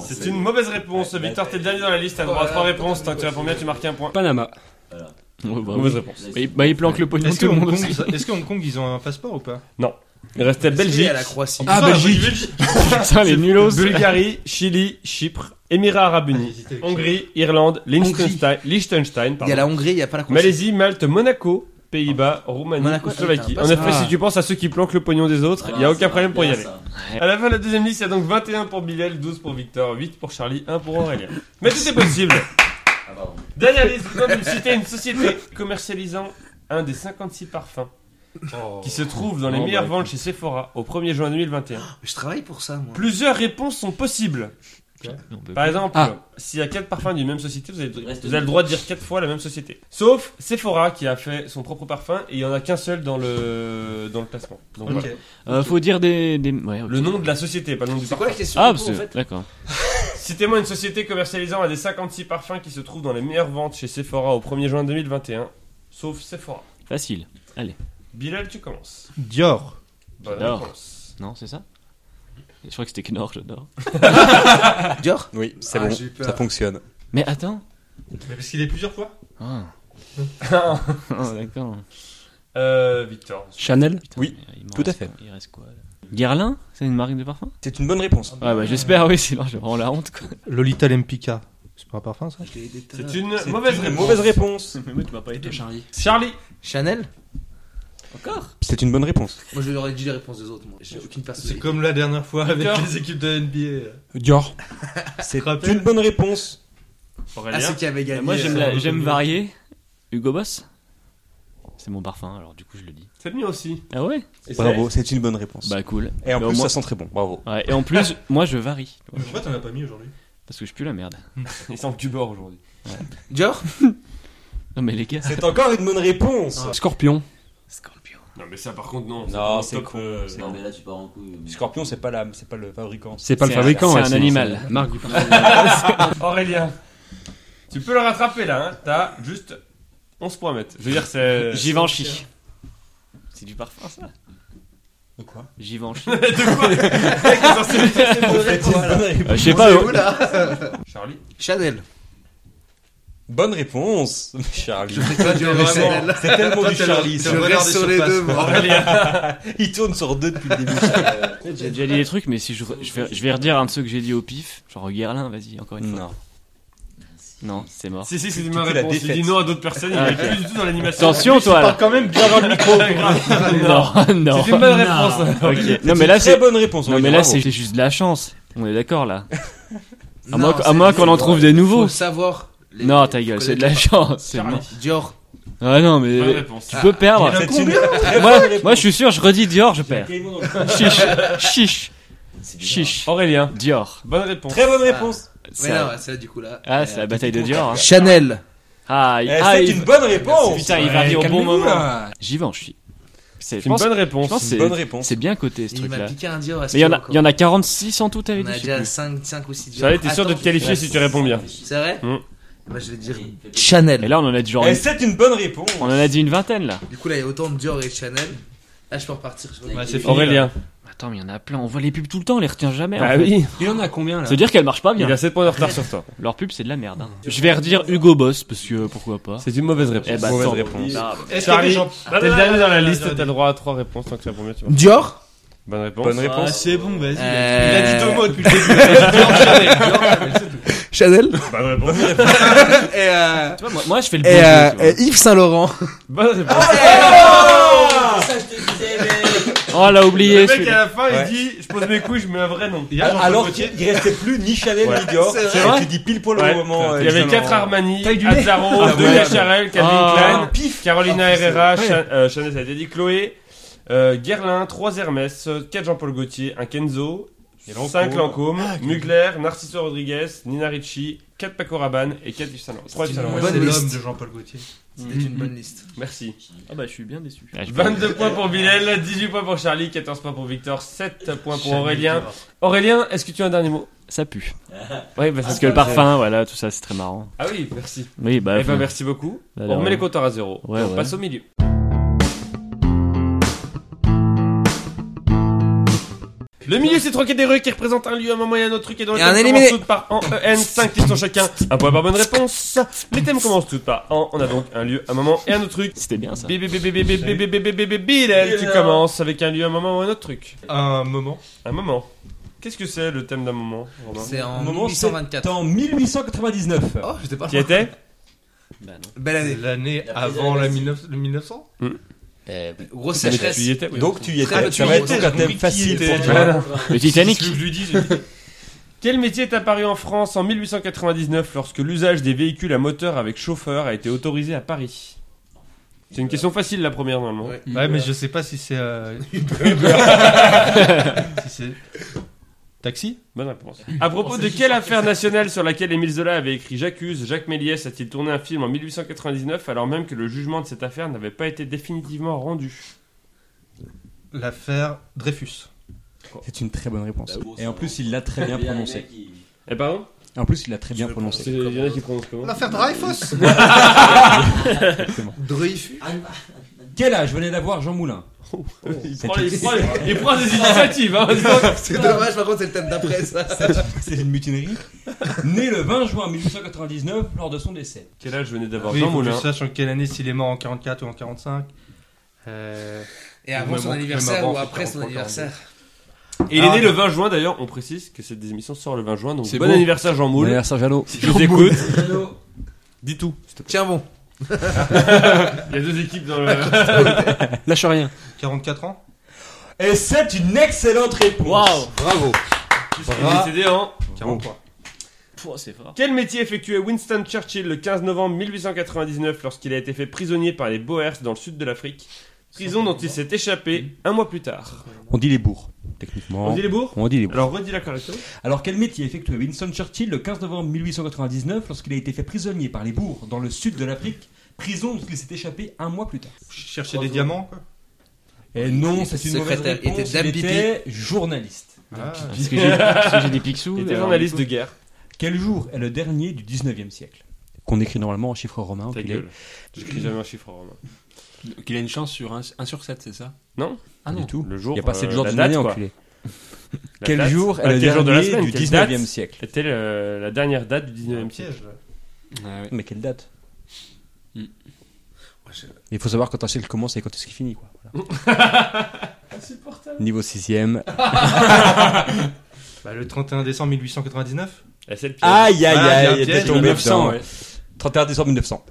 S1: C'est une mauvaise réponse. Victor, t'es le dernier dans la liste. T'as le droit à 3 réponses. Tant que tu réponds bien, tu marques un point.
S3: Panama.
S4: bah,
S1: Mauvaise
S4: oui.
S1: réponse.
S4: Bah, il- bah, il planque le pognon de
S2: Est-ce que,
S4: tout le
S2: Hong
S4: monde
S2: Kong,
S4: aussi.
S2: est-ce que Hong Kong, ils ont un passeport ou pas
S1: Il restait Belgique.
S5: à la Croatie.
S3: Ah, Belgique.
S4: Putain, les nulos.
S1: Bulgarie, Chili, Chypre, Émirats Arabes Unis, Hongrie, Irlande, Liechtenstein, Liechtenstein,
S5: Il y a
S1: pardon,
S5: la Hongrie, il n'y a pas la Croatie.
S1: Malaisie, Malte, Monaco, Pays-Bas, Roumanie
S5: Monaco,
S1: ou
S5: c'est
S1: Slovaquie.
S5: un Ah,
S1: En
S5: passe-
S1: effet,
S3: Ah.
S1: si tu penses à ceux qui planquent le pognon des
S6: Ah,
S1: autres, il n'y a aucun problème pour y aller. À la fin de la deuxième liste, il y a donc 21 pour Bilal, 12 pour Victor, 8 pour Charlie, 1 pour Aurélien. Mais tout est possible.
S6: Ah,
S1: Dernière liste, vous devez me citer une société commercialisant un des 56 parfums qui se trouve dans les
S4: Oh,
S1: meilleures
S4: bah,
S1: ventes chez Sephora au 1er juin 2021.
S5: Je travaille pour ça, moi.
S1: Plusieurs réponses sont possibles. Par exemple,
S2: Ah.
S1: s'il y a 4 parfums d'une même société, vous avez, vous avez le droit de dire 4 fois la même société. Sauf Sephora qui a fait son propre parfum et il n'y en a qu'un seul dans le, dans le classement. Donc voilà.
S4: Euh, Faut dire des. des- ouais, ok.
S1: Le nom de la société, pas le nom du
S5: C'est
S1: parfum.
S5: quoi la question
S4: Ah,
S5: du coup,
S4: parce
S5: en
S4: que.
S5: fait
S4: D'accord.
S1: Citez-moi une société commercialisant un des 56 parfums qui se trouve dans les meilleures ventes chez Sephora au 1er juin 2021. Sauf Sephora.
S4: Facile.
S1: Bilal, tu commences.
S2: Dior.
S1: Bonne
S4: J'adore.
S1: réponse.
S4: Non, c'est ça Je crois que c'était Knorr, j'adore.
S5: Dior
S7: Oui, c'est
S5: Ah,
S7: bon,
S5: j'ai peur.
S7: ça fonctionne.
S4: Mais attends.
S2: Mais parce qu'il est plusieurs fois
S4: Ah. Ah, d'accord.
S1: Euh, Victor.
S3: Chanel.
S7: Oui,
S4: Il m'en
S7: tout à
S4: reste-
S7: fait.
S4: Il reste quoi là Guerlain C'est une marque de parfum
S7: C'est une bonne réponse.
S4: Ouais, bah j'espère, oui, sinon j'ai vraiment la honte quoi.
S2: Lolita Lempicka. C'est pas un parfum ça
S1: C'est une
S7: C'est
S1: mauvaise
S7: une
S1: réponse.
S7: mauvaise réponse.
S4: Mais moi, tu m'as pas aidé.
S3: Charlie.
S1: Charlie.
S5: Chanel
S7: C'est une bonne réponse.
S5: Moi, je leur ai dit les réponses des autres, moi. J'ai aucune
S2: C'est
S5: personne.
S2: comme la dernière fois avec
S1: Victor.
S2: les équipes de NBA.
S3: Dior.
S7: C'est
S2: rappelles
S7: une bonne réponse.
S5: Ah,
S1: Aurélien.
S5: c'est qui avait gagné.
S4: Moi, j'aime,
S5: euh,
S4: la- j'aime varier. Hugo Boss C'est mon parfum, alors du coup, je le dis.
S1: C'est le mien aussi.
S4: Ah ouais
S1: Et
S7: Bravo, c'est une bonne réponse.
S4: Bah cool.
S7: Et en
S4: Bah, au
S7: plus,
S4: moins-
S7: ça sent très bon. Bravo.
S4: Ouais, et en plus, moi, je varie.
S2: Pourquoi t'en as pas mis aujourd'hui
S4: Parce que je pue la merde.
S1: c'est- Ils sont du bord aujourd'hui.
S5: Dior
S4: Non, mais les gars.
S7: C'est encore une bonne réponse.
S3: Scorpion.
S4: Scorpion.
S1: Non, mais ça, par contre, non.
S7: Non,
S1: c'est
S7: c'est
S1: top,
S7: con.
S1: euh,
S7: c'est
S1: non.
S7: con.
S6: mais là, tu pars en couille.
S7: Scorpion, c'est pas la, c'est pas le fabricant.
S3: C'est pas
S4: C'est
S3: le
S4: un-
S3: fabricant.
S4: c'est
S3: hein,
S4: un animal.
S3: c'est la
S7: Euh,
S3: Marque du parfum.
S1: Aurélien. Tu peux le rattraper là, hein. T'as juste 11 points à mettre. Je veux dire, c'est.
S4: Givenchy. C'est du parfum, ça
S7: De quoi
S4: Givenchy.
S7: Bonne
S4: je sais pas,
S5: C'est où, là
S1: Euh, Charlie.
S5: euh. Chanel.
S7: réponse, Charlie.
S5: Dior et Chanel.
S7: C'est tellement du Charlie.
S5: Je reste sur les deux, moi.
S7: Il tourne sur deux depuis le début.
S4: j'ai déjà dit des trucs, mais si je, je, vais, je vais redire un de ceux que j'ai dit au pif. Genre Guerlain, vas-y, encore une fois.
S7: Non.
S4: Non, c'est mort.
S1: Si, si, c'est ma
S7: tu fais la
S1: réponse. Il dit
S7: défaite.
S1: non à d'autres personnes, il
S4: Ah,
S1: n'est
S4: ok.
S1: plus du tout dans l'animation.
S7: Ah,
S4: Attention, toi là.
S2: quand même bien dans le micro.
S4: Non, non.
S1: C'est une bonne réponse. hein.
S4: Ok. Non, mais là,
S7: Très
S4: c'est.
S7: bonne réponse.
S4: Non,
S7: Henri,
S4: mais là,
S7: bravo.
S4: c'est juste de la chance. On est d'accord là. À
S5: Non,
S4: moins, à
S5: c'est-
S4: moins qu'on en trouve des nouveaux.
S5: Faut savoir. les-
S4: Non, ta gueule,
S5: faut
S4: c'est de la
S5: connaître
S4: chance. c'est
S5: les-
S4: mort.
S5: Dior.
S4: Ah non,
S1: Bonne
S7: Euh,
S4: mais
S1: réponse.
S4: tu peux perdre.
S7: C'est une très bonne
S4: Moi,
S7: réponse.
S4: moi, je suis sûr, je redis Dior, je perds.
S7: Quel mot dans le-
S4: Chiche, chiche, chiche.
S1: Aurélien,
S4: Dior.
S1: bonne réponse.
S7: Très bonne réponse.
S5: Mais
S4: Ça-
S5: non, c'est du coup là. Euh,
S4: Ah, c'est la bataille de Dior. hein.
S5: Chanel.
S4: Ah,
S7: Eh,
S4: il- ah,
S7: C'est
S4: il-
S7: une bonne réponse.
S4: Putain, Ah, il va
S7: Ouais,
S4: venir au bon
S7: calmez-vous,
S4: moment.
S7: là.
S4: J'y vais, je suis. C'est
S1: C'est
S4: je
S1: une
S4: pense-
S1: bonne
S4: je pense
S1: réponse.
S4: que
S7: Bonne
S4: c'est-
S7: réponse.
S4: c'est bien coté ce
S5: Il
S4: truc
S5: m'a
S4: là.
S5: piqué un Dior. à ce
S4: Mais il y en a,
S5: moment,
S4: il y en a 46 en tout, t'avais
S5: On
S4: dit.
S5: a
S4: je sais
S5: déjà
S4: plus.
S5: 5, 5 ou 6 Dior.
S1: Ça va, t'es sûr de te
S5: Attends,
S1: qualifier si tu réponds bien.
S5: C'est vrai
S1: Hmm.
S4: Eh ben,
S5: Bah, je vais dire
S4: Mais
S5: Chanel.
S4: là, on en a dit genre.
S7: Eh,
S4: une-
S7: C'est une bonne réponse.
S4: On en a dit une vingtaine là.
S5: Du coup, là, il y a autant de Dior et Chanel. Là, je peux repartir. je vois.
S2: c'est fini.
S1: Aurélien.
S4: Attends, mais il y en a plein. On voit les pubs tout le temps, on les retient jamais. en
S1: Ah
S4: fait.
S1: oui.
S3: Il y en a combien là
S4: Bah Ça veut dire qu'elles marchent pas
S1: Il
S4: bien.
S1: a 7 points de retard sur toi.
S4: Leur pub, c'est de la merde. hein. Je vais redire Hugo Boss parce que euh, pourquoi pas.
S1: C'est une mauvaise
S4: Eh
S1: réponse.
S4: bah,
S1: Mauvaise
S4: attends.
S1: réponse.
S4: Ah, bah.
S1: Charlie, t'es le dernier dans la liste, t'as le droit à 3 réponses tant que tu réponds bien, tu vois.
S5: Dior
S1: Bonne réponse.
S6: Bonne
S2: Ah,
S6: réponse.
S3: c'est bon,
S7: Euh,
S3: vas-y.
S5: Il a dit deux mots
S3: depuis le début.
S5: Chanel.
S1: Bonne réponse.
S5: Et, euh,
S4: Tu
S1: bah,
S4: vois, moi, moi, je fais le bon
S5: et, euh,
S4: jeu, tu vois.
S5: et Yves Saint Laurent.
S1: Bonne réponse.
S4: Oh, elle a oublié
S1: Le mec
S4: celui-là.
S1: à la fin,
S6: Ouais.
S1: il dit Je pose mes couilles, je mets un vrai nom.
S7: Alors qu'il ne restait plus ni Chanel
S1: Ah, Ouais.
S7: ni Dior.
S5: C'est
S7: Et
S5: vrai
S7: Tu dis pile poil
S1: Ouais.
S7: au moment. euh,
S1: Il y avait
S7: Saint
S1: 4
S7: Laurent.
S1: Armani,
S3: T'as eu du
S1: Azaro,
S7: nez. Ah,
S1: De
S7: ouais.
S1: La Charelle, Calvin
S4: Ah.
S1: Klein, Carolina Herrera, Cha- euh, Chanel, ça a été dit, Chloé, euh, Guerlain, 3 Hermès, 4 Jean-Paul Gaultier, 1 Kenzo, 5 Lancôme, Ah, Mugler, Narciso Rodriguez, Nina Ricci, 4 Paco Rabanne et 4 Yves Saint Laurent. 3 Yves Saint Laurent.
S5: bonne
S2: C'est l'homme
S5: liste.
S2: de Jean-Paul Gaultier.
S5: C'était une bonne liste.
S1: Merci.
S4: Ah bah, je suis bien déçu.
S1: 22 points pour Bilal, 18 points pour Charlie, 14 points pour Victor, 7 points pour Aurélien. Aurélien, est-ce que tu as un dernier mot
S4: Ça pue.
S1: Oui, bah,
S4: Parce que le parfum, voilà, tout ça, c'est très marrant.
S1: Ah oui, merci.
S4: Oui, bah.
S1: Eh ben
S4: enfin,
S1: merci beaucoup.
S4: Bah,
S1: on
S4: de
S1: remet
S4: rien.
S1: les compteurs à zéro.
S4: Ouais,
S1: Et on
S4: ouais.
S1: passe au milieu. Le milieu, c'est trois catégories qui représentent un lieu, un moment et un autre truc, et dans
S5: Et un
S1: lesquels
S5: éliminé.
S1: commencent toutes par en EN, 5 questions chacun, un point par bonne réponse. Les thèmes commencent toutes par en, on a donc un lieu, un moment et un autre truc.
S4: C'était bien ça.
S1: Bilal, tu commences avec un lieu, un moment et un autre truc.
S2: Un moment.
S1: Un moment. Qu'est-ce que c'est le thème d'un moment, Romain
S5: C'est en
S7: Au moment, C'est
S5: 1824.
S7: en 1899.
S5: Oh, j'étais pas
S1: Qui
S5: loin.
S1: était
S4: Bah non.
S5: Belle année.
S2: L'année
S6: La
S2: avant
S6: présidence.
S2: la 19 le 1900
S7: Eh
S5: Grosse
S1: Mais Ah, Tu y
S5: sécheresse.
S1: étais, oui.
S7: Donc tu y
S5: Très bonne
S7: étais. Ça va être
S5: réponse.
S7: un thème
S1: Oui,
S7: facile
S1: qui était-
S7: pour toi.
S4: Le Titanic.
S1: C'est ce que je lui dis, j'ai dit. Quel métier est apparu en France en 1899 lorsque l'usage des véhicules à moteur avec chauffeur a été autorisé à Paris C'est une question facile la première normalement.
S5: Ouais.
S2: Ouais, mais je sais pas si c'est. euh, si c'est. Taxi
S1: Bonne réponse. À
S7: Oh,
S1: propos de quelle affaire nationale sur laquelle Émile Zola avait écrit J'accuse, Jacques Méliès a-t-il tourné un film en 1899 alors même que le jugement de cette affaire n'avait pas été définitivement rendu
S2: L'affaire Dreyfus.
S7: C'est une très bonne réponse.
S6: Bah oui.
S7: Et en plus, il l'a très bien prononcé.
S1: Eh pardon
S7: En plus, il l'a très bien prononcé.
S1: Il y en a qui prononcent comment
S2: L'affaire Dreyfus
S5: Dreyfus.
S7: Quel âge venait d'avoir Jean Moulin
S1: il, prend, il prend- il prend des initiatives. hein, dis donc.
S5: C'est dommage, par contre, c'est le thème d'après ça.
S7: C'est une mutinerie. Né le 20 juin 1899 lors de son décès.
S1: Quel âge venait d'avoir
S2: Oui,
S1: Jean
S2: faut que je
S1: Moulin
S2: sache en quelle année s'il est mort en 44 ou en 45. Euh,
S5: Et avant
S2: Même
S5: son
S2: avant,
S5: anniversaire
S2: même
S5: ou
S2: avant,
S5: après
S2: c'est
S5: son
S2: 43,
S5: anniversaire.
S1: Et il est
S2: Ah,
S1: né le 20 juin d'ailleurs, on précise que cette émission sort le 20 juin, donc
S7: C'est
S1: bon
S7: beau.
S1: anniversaire Jean Moule.
S7: anniversaire Jalo.
S1: Je vous écoute. Dis tout.
S5: Tiens bon.
S1: Il y a deux équipes dans le.
S3: Lâche rien.
S2: 44 ans
S7: Et c'est une excellente réponse.
S4: Waouh.
S5: Bravo.
S1: Il est décédé en.
S2: 43.
S4: Pouah, C'est fort.
S1: hein. Quel métier effectuait Winston Churchill le 15 novembre 1899 lorsqu'il a été fait prisonnier par les Boers dans le sud de l'Afrique Prison dont il s'est échappé un mois plus tard.
S7: On dit les bourgs, techniquement.
S1: On dit les bourgs
S7: On dit les bourgs.
S1: Alors redis la correction.
S7: Alors, quel métier effectuait Winston Churchill le 15 novembre 1899 lorsqu'il a été fait prisonnier par les bourgs dans le sud de l'Afrique Prison dont il s'est échappé un mois plus tard.
S2: Chercher des diamants quoi.
S7: Et non, c'est une mauvaise
S5: Secrétaire, il était
S7: réponse. Il
S5: dame
S7: était journaliste.
S2: Ah,
S4: Parce que j'ai parce que j'ai des euh, pixous.
S1: Il était
S4: alors,
S1: journaliste de guerre.
S7: Quel jour est le dernier du 19e siècle Qu'on écrit normalement en chiffres romains.
S1: Ta
S7: enculé.
S1: gueule. J'écris jamais un chiffre en romain.
S3: Donc il a une chance sur 1 sur 7, c'est ça
S1: Non
S3: Ah non.
S7: Du tout.
S1: Le
S7: Il
S1: jour.
S7: n'y a pas
S1: euh,
S7: 7 jours
S1: la
S7: d'une
S1: date,
S7: année,
S1: quoi.
S7: enculé.
S1: La
S7: Quel
S1: date.
S7: jour est
S1: Ah,
S7: le
S1: quel jour de la
S7: dernier
S1: semaine,
S7: du
S1: quelle
S7: 19e
S1: date
S7: siècle
S1: C'était le- la dernière date du
S2: un
S1: 19e siècle.
S2: piège là.
S4: Ah,
S7: Mais quelle date
S3: Hmm.
S7: Il faut savoir quand un siècle commence et quand est-ce qu'il finit. Quoi. Voilà. Niveau 6ème.
S2: Bah, le 31 décembre 1899
S5: Ah,
S1: La seule pièce.
S7: Aïe, aïe,
S2: Ah,
S7: aïe,
S2: bien,
S7: t'es
S2: bien,
S7: tombé
S3: 1900,
S7: dedans. 31 décembre 1900.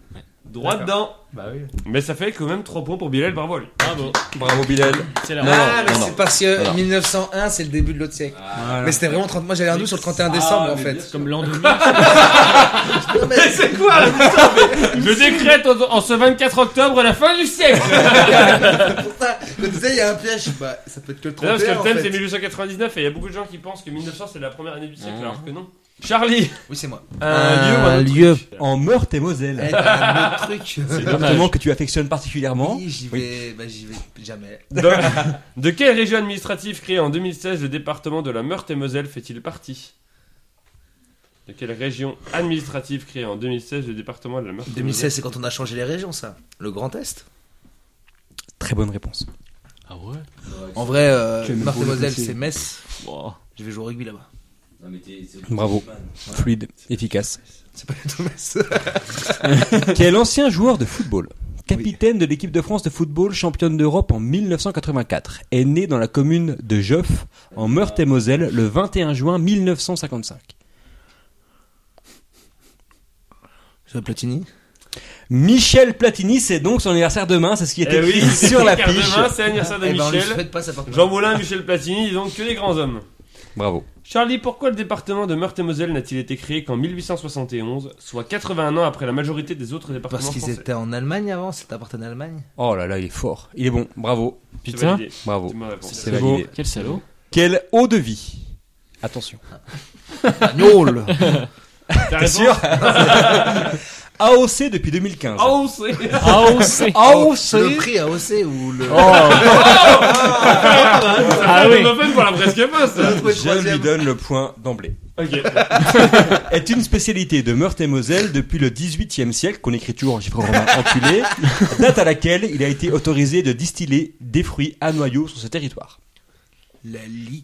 S1: Droit dedans.
S2: Bah
S1: Mais ça fait quand même 3 points pour Bilal, bravo à lui.
S5: bah,
S1: Bravo.
S7: Bravo, Bilal.
S6: C'est la
S7: Non,
S5: ah,
S7: non,
S5: mais
S7: non,
S5: c'est parce que
S7: Non, non.
S5: 1901, c'est le début de l'autre siècle.
S7: Voilà.
S1: Ah.
S5: Mais c'était vraiment 30. Moi, j'allais en doute sur le 31 décembre, en fait.
S6: Comme l'an 2000.
S5: Non, mais-
S1: C'est quoi là, putain, mais Je décrète en, en ce 24 octobre la fin du siècle
S5: Putain, Je me disais, il y a un piège. Bah, ça peut être que le
S1: Non, parce que
S5: 31.
S1: le
S5: en
S1: thème c'est
S5: fait.
S1: 1899 et il y a beaucoup de gens qui pensent que 1900 c'est la première année du siècle
S5: Ah.
S1: alors que non. Charlie
S5: Oui, c'est moi.
S1: Un, lieu ou un autre truc
S7: En Meurthe et
S5: Eh,
S7: Moselle.
S5: t'as un autre truc.
S7: C'est un département que tu affectionnes particulièrement.
S5: Oui, j'y vais. Bah, j'y vais jamais.
S1: Donc, De quelle région administrative créée en 2016 le département de la Meurthe-et-Moselle fait-il partie De quelle région administrative créée en 2016 le département de la Meurthe-et-Moselle
S5: 2016, c'est quand on a changé les régions, ça. Le Grand Est.
S7: Très bonne réponse.
S4: Ah ouais
S5: En vrai, euh,
S7: Tu aimes
S5: Marthe et
S7: beaucoup le
S5: Moselle,
S7: PC.
S5: c'est Metz.
S4: Wow.
S5: Je vais jouer au rugby là-bas.
S7: Bravo. Fluide, efficace.
S5: C'est pas du tout Metz.
S7: Quel ancien joueur de football, capitaine de l'équipe de France de football, championne d'Europe en 1984, est né dans la commune de Joff, en
S1: Euh,
S7: Meurthe-et-Moselle, le 21 juin 1955
S5: Je vais à Platini.
S7: Michel Platini, c'est donc son anniversaire demain, c'est ce qui
S1: Eh
S7: était
S1: oui,
S7: écrit sur la
S1: car
S7: fiche.
S1: demain, c'est l'anniversaire de
S5: Eh ben, on lui
S1: Michel.
S5: souhaite pas sa porte
S1: Jean Moulin, Michel Platini, disons que des grands hommes.
S7: Bravo.
S1: Charlie, pourquoi le département de Meurthe-et-Moselle n'a-t-il été créé qu'en 1871, soit 81 ans après la majorité des autres départements
S5: Parce qu'ils
S1: français
S5: étaient en Allemagne avant, c'était appartenu en Allemagne.
S7: Oh là là, il est fort. Il est bon. Bravo.
S1: C'est
S4: Putain.
S1: validé.
S7: Bravo.
S1: C'est ma réponse.
S7: C'est
S4: C'est beau.
S7: validé.
S4: Quel salaud.
S7: Quel eau de vie Attention.
S5: Agnol
S1: Ta
S7: T'es
S1: réponse
S7: sûr AOC depuis 2015.
S1: Oh, c'est-
S4: Ah, AOC
S7: AOC
S5: Oh, Le prix AOC ou le.
S7: Oh,
S1: Ah oui. On pour la presque poste.
S7: Je lui donne le point d'emblée.
S1: Ok.
S7: Est une spécialité de Meurthe-et-Moselle depuis le 18e siècle, qu'on écrit toujours en chiffre romain enculé, date à laquelle il a été autorisé de distiller des fruits à noyaux sur ce territoire.
S5: La liqueur.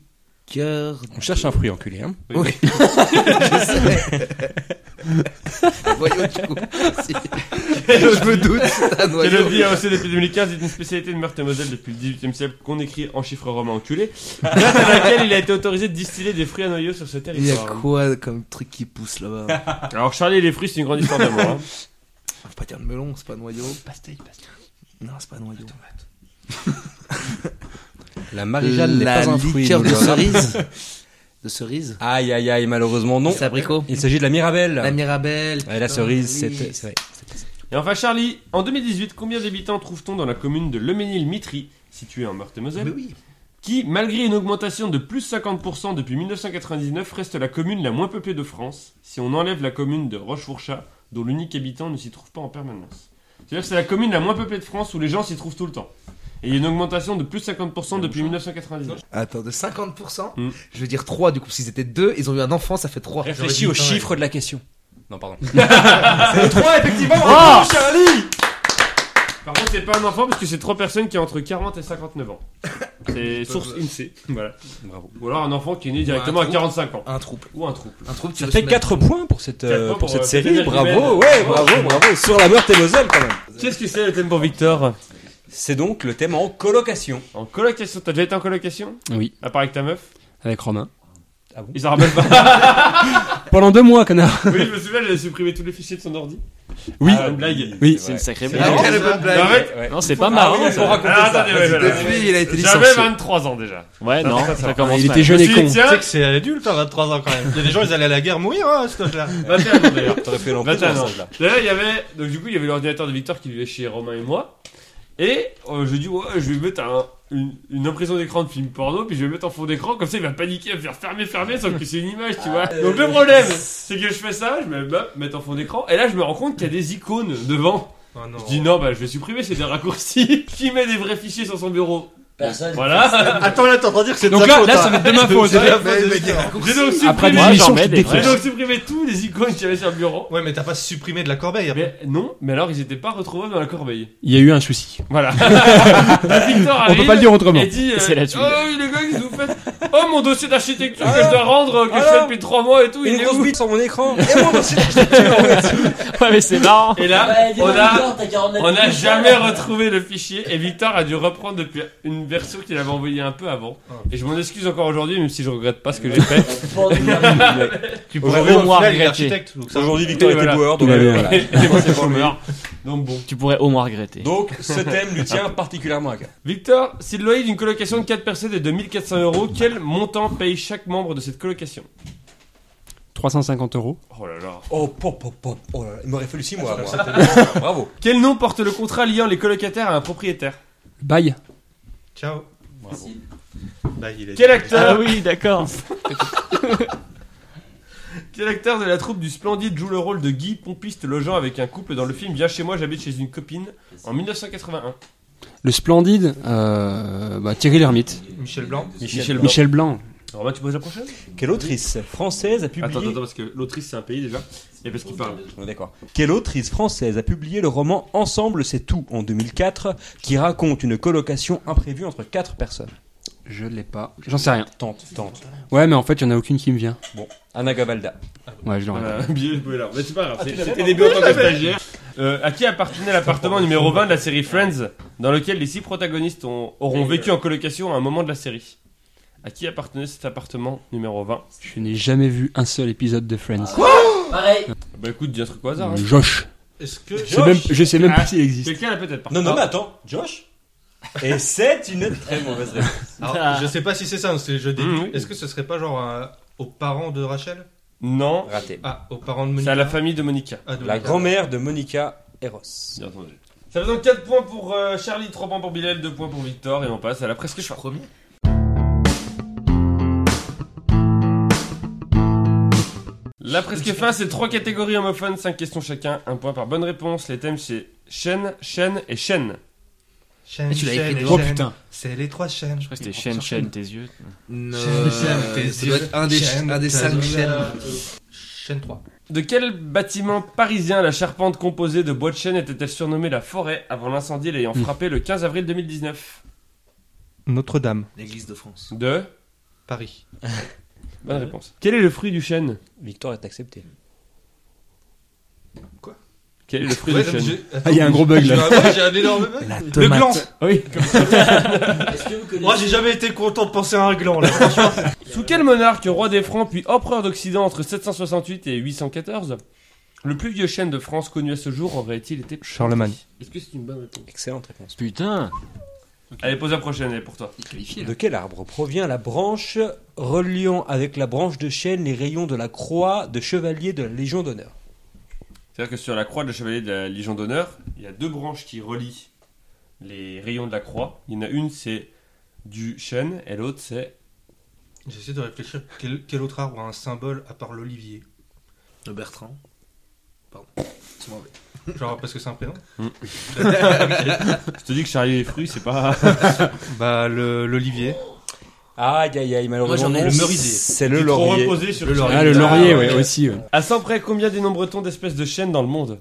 S7: On cherche un fruit enculé, hein
S5: Oui. je sais. Voyons du coup. Si. Je me doute, c'est un noyau.
S1: Elodie AOC depuis 2015 est une spécialité de Meurthe-et-Moselle depuis le 18e siècle qu'on écrit en chiffres romains enculés, date à laquelle il a été autorisé de distiller des fruits à noyaux sur ce
S5: Il y a
S1: territoire.
S5: quoi comme truc qui pousse là-bas
S1: Alors Charlie et les fruits, c'est une grande histoire d'amour. hein.
S5: Faut pas dire le melon, c'est pas un noyau. Pastille, pastille. Non, c'est pas un noyau.
S7: La Marie-Jeanne Ah, n'est pas un fruit.
S5: liqueur
S7: nous
S5: de
S7: le rappelons.
S5: cerise. De cerise
S7: Aïe, aïe, aïe, malheureusement non.
S5: C'est abricot.
S7: Il s'agit de la Ah Mirabelle.
S5: La Mirabelle.
S7: Ouais, la cerise,
S5: putain, oui.
S7: c'est c'est vrai.
S1: Et enfin Charlie, en 2018, combien d'habitants trouve-t-on dans la commune de Leménil-Mitry, située en
S5: Mais
S1: Meurthe-et-Moselle,
S5: oui.
S1: qui, malgré une augmentation de plus 50% depuis 1999, reste la commune la moins peuplée de France, si on enlève la commune de Rochefourchat, dont l'unique habitant ne s'y trouve pas en permanence. C'est-à-dire que c'est la commune la moins peuplée de France où les gens s'y trouvent tout le temps. Et il y a une augmentation de plus 50% depuis 1999.
S5: Attends, de 50%,
S1: Mm.
S5: je veux dire 3 du coup. S'ils étaient 2, ils ont eu un enfant, ça fait 3.
S7: Réfléchis aux chiffres de la question. Non, pardon.
S1: Par contre, c'est pas un enfant parce que c'est trois personnes qui ont entre 40 et 59 ans. C'est source INSEE. E, Voilà.
S7: Bravo.
S1: Ou alors un enfant qui est né directement à
S5: trou.
S1: 45 ans.
S5: Un trouble.
S1: Ou un trouble.
S5: Un trouble, tu
S7: Ça
S5: veux
S7: fait
S5: se
S7: 4 points pour cette,
S1: Quatre
S7: euh,
S1: points
S7: pour
S1: pour,
S7: cette
S1: euh,
S7: série.
S1: Pétanque
S7: Bravo,
S1: Humaine.
S7: ouais, bravo, bravo. Sur la Meurthe-et-Moselle quand même.
S1: Qu'est-ce que c'est le thème pour Victor
S7: C'est donc le thème en colocation.
S1: En colocation, t'as déjà été en colocation
S4: Oui,
S1: À part avec ta meuf
S4: avec Romain.
S1: Ils en rappellent pas.
S4: Pendant deux mois, connard
S1: oui, je me souviens, j'avais supprimé tous les fichiers de son ordi.
S4: Oui,
S1: Ah, une blague.
S4: oui, c'est une sacrée
S5: mettre- Ah,
S4: blague.
S5: quelle bonne
S1: Non,
S5: blague.
S1: mais-
S4: Non, c'est pas
S7: Ah
S4: marrant.
S7: oui,
S4: ça.
S7: faut raconter
S1: Bah, Alors,
S7: ça.
S1: attendez, ouais, voilà.
S5: Depuis, il a été
S1: J'avais
S5: licencié.
S1: 23 ans déjà.
S4: Ouais, non,
S1: ça, ça
S4: ça
S1: va.
S4: commence
S1: Il
S4: mal.
S1: était jeune et con.
S2: Tu sais que c'est adulte à 23 ans quand même. Il y a des gens, ils allaient à la guerre mourir hein, à cet âge-là.
S1: 21 ans d'ailleurs.
S7: T'aurais fait l'enquête
S1: 21
S7: dans
S1: ans.
S7: ce sens-là.
S1: D'ailleurs, il y avait. Donc, du coup, il y avait l'ordinateur de Victor qui vivait chez Romain et moi. Et euh, je dis, ouais, je vais mettre un- une, une impression d'écran de film porno, puis je vais le mettre en fond d'écran, comme ça il va paniquer, à me faire fermer, fermer, sauf que c'est une image, tu vois. Donc le problème, Ah, euh, c'est que je fais ça, je me hop, mettre en fond d'écran, et là je me rends compte qu'il y a des icônes devant. Je dis non, bah je vais supprimer, c'est des raccourcis. qui met des vrais fichiers sur son bureau
S6: Personne.
S1: Voilà.
S2: Attends, là, t'es en train de dire que c'est de
S4: Donc
S2: sa
S4: là,
S2: faute,
S4: là, ça
S2: hein.
S4: va être de ma faute.
S2: C'est de la
S5: Mais-
S2: faute de
S5: mais-
S2: Victor.
S1: J'ai donc
S4: Après
S1: supprimé.
S4: des moi, j'en émissions, mets je te des
S1: J'ai
S4: trucs.
S1: donc supprimé tous les icônes qu'il y avait sur le bureau.
S2: Ouais, mais t'as pas supprimé de la corbeille. après.
S1: Mais non, mais alors ils étaient pas retrouvables dans la corbeille.
S4: Il y a eu un souci.
S1: Voilà. Bah, Victor
S4: On
S1: arrive.
S4: peut pas le dire autrement.
S1: Et dit, euh,
S4: C'est là-dessus.
S1: oh oui, les gars, qu'est-ce que vous faites Oh mon dossier d'architecture que je dois rendre, euh, que je fais
S7: Alors
S1: depuis 3 mois et tout,
S7: Une
S1: il est
S7: grosse
S1: où
S7: bite sur mon écran.
S4: Ouais, mais c'est marrant.
S1: Et
S6: Ah, bah,
S1: là, on a, on a jamais retrouvé le fichier et Victor a dû reprendre depuis une version qu'il avait envoyée un peu avant.
S7: Ah.
S1: Et je m'en excuse encore aujourd'hui, même si je regrette pas ce que j'ai fait.
S2: Tu
S4: pourrais
S2: pourrais
S4: Aujourd'hui, au
S2: au
S4: au moins
S2: moins
S4: final, il est regretter.
S2: architecte.
S4: architecte,
S7: Aujourd'hui, Victor
S1: Et
S7: était
S1: voilà.
S7: boueur, donc,
S4: Ouais,
S7: euh,
S4: voilà.
S1: Et moi, c'est chômeur. Donc bon.
S4: Tu pourrais au moins regretter.
S7: donc ce thème lui tient particulièrement à cœur.
S1: Victor, si le loyer d'une colocation de 4 personnes est de 1400 euros, quel montant paye chaque membre de cette colocation
S3: 350 euros.
S1: Oh là là.
S7: Oh, pop, pop, pop. Oh là là, il m'aurait fallu 6 mois. moi. Bravo.
S1: Quel nom porte le contrat liant les colocataires à un propriétaire
S3: Bail.
S2: Ciao. Bah, il est-
S1: Quel acteur
S4: Ah oui, d'accord.
S1: Quel acteur de la troupe du Splendide joue le rôle de Guy, pompiste logeant avec un couple dans le film Viens chez moi, j'habite chez une copine en 1981
S6: Le splendide, euh, bah, Thierry Lhermitte.
S2: Michel Blanc.
S1: Michel Blanc.
S6: Michel Blanc.
S1: Romain, tu poses la prochaine
S7: Quelle autrice française a publié
S1: Attends, attends, parce que l'autrice c'est un pays déjà. Et parce qu'il parle.
S7: On est D'accord. Quelle autrice française a publié le roman Ensemble c'est tout en 2004 qui raconte une colocation imprévue entre quatre personnes
S6: Je l'ai pas. J'en sais rien.
S7: Tente, tente.
S6: Ouais, mais en fait, il y en a aucune qui me vient.
S7: Anna Gavalda.
S6: Ouais, je l'aurais pas.
S1: Voilà, billet, vous pouvez l'avoir. Mais c'est pas grave, c'est- c'était début en tant que stagiaire. Euh, à qui appartenait l'appartement numéro 20 de la série Friends, dans lequel les six protagonistes ont- auront vécu en colocation à un moment de la série À qui appartenait cet appartement numéro 20
S6: Je n'ai jamais vu un seul épisode de Friends.
S7: Ah,
S5: Pareil.
S1: Bah écoute, dis un truc au hasard. hein. Ah,
S6: Josh.
S2: Est-ce que.
S6: Je sais même, je sais même pas s'il existe.
S1: Quelqu'un l'a peut-être par
S7: Non, non, mais
S1: contre.
S7: attends, Josh Et c'est une très mauvaise réponse.
S2: Alors, je sais pas si c'est ça, hein, c'est le jeu des.
S1: Mmh, oui.
S2: Est-ce que ce serait pas genre un- aux parents de Rachel
S1: Non,
S7: Raté.
S2: Ah, aux parents de
S1: c'est à
S2: Monica.
S1: la famille de Monica.
S2: Ah, de
S7: La
S2: Monica.
S7: grand-mère de Monica Eros.
S1: Bien entendu. Ça fait donc 4 points pour euh, Charlie, 3 points pour Bilal, 2 points pour Victor et on passe à la presque fin.
S5: Premier.
S1: La presque fin, c'est 3 catégories homophones, 5 questions chacun, 1 point par bonne réponse. Les thèmes c'est chaîne, chaîne et chaîne.
S2: Chaîne,
S5: Et tu l'as
S2: chaîne,
S5: écrit
S2: et
S5: dedans.
S2: chaîne.
S5: Oh, putain.
S2: C'est les trois chaînes.
S4: Je crois que c'était chaîne, chaîne, tes yeux.
S5: Non.
S2: Chaîne, tes
S5: Euh, Ça doit
S2: yeux.
S5: être un des,
S2: Chaîne,
S5: un des
S2: tes
S5: cinq
S2: yeux.
S5: chaînes.
S2: Chaîne 3.
S1: De quel bâtiment parisien la charpente composée de bois de chêne était-elle surnommée la forêt avant l'incendie l'ayant
S6: Mm.
S1: frappé le 15 avril 2019
S2: Notre-Dame,
S5: L'église de France.
S1: De
S2: Paris.
S1: Bonne réponse. Quel est le fruit du chêne
S7: Victor est accepté.
S1: Quel est le fruit
S2: Ouais,
S1: du
S2: non, mais
S1: chêne
S2: j'ai-
S6: Ah, il y a un gros bug là.
S2: Ouais, J'ai un énorme bug. Le gland.
S6: Oui.
S2: Moi, j'ai jamais été content de penser à un gland là.
S1: Sous quel monarque, roi des Francs puis empereur d'Occident entre 768 et 814, le plus vieux chêne de France connu à ce jour aurait-il été
S2: Charlemagne.
S1: Est-ce que c'est une bonne réponse
S7: Excellente réponse.
S4: Putain.
S1: Allez, pose la prochaine, elle est pour toi.
S5: Il est qualifié, là.
S7: De quel arbre provient la branche reliant avec la branche de chêne les rayons de la croix de chevalier de la Légion d'honneur
S1: C'est-à-dire que sur la croix de chevalier de la Légion d'honneur, il y a deux branches qui relient les rayons de la croix. Il y en a une, c'est du chêne, et l'autre, c'est.
S2: J'essaie de réfléchir. Quel, quel autre arbre a un symbole à part l'olivier
S5: Le Bertrand. Pardon. C'est mauvais.
S2: Genre parce que c'est un prénom
S1: Je te dis que Charlie les fruits, c'est pas.
S2: Bah, le- l'olivier.
S7: Aïe aïe aïe, malheureusement.
S5: Moi, j'en ai
S7: non,
S5: le merisier.
S7: C'est le
S1: T'es trop
S7: laurier.
S1: reposé sur
S6: Ah, le laurier, ouais, aussi. ouais.
S1: À 100 près, combien dénombre-t-on d'espèces de chênes dans le monde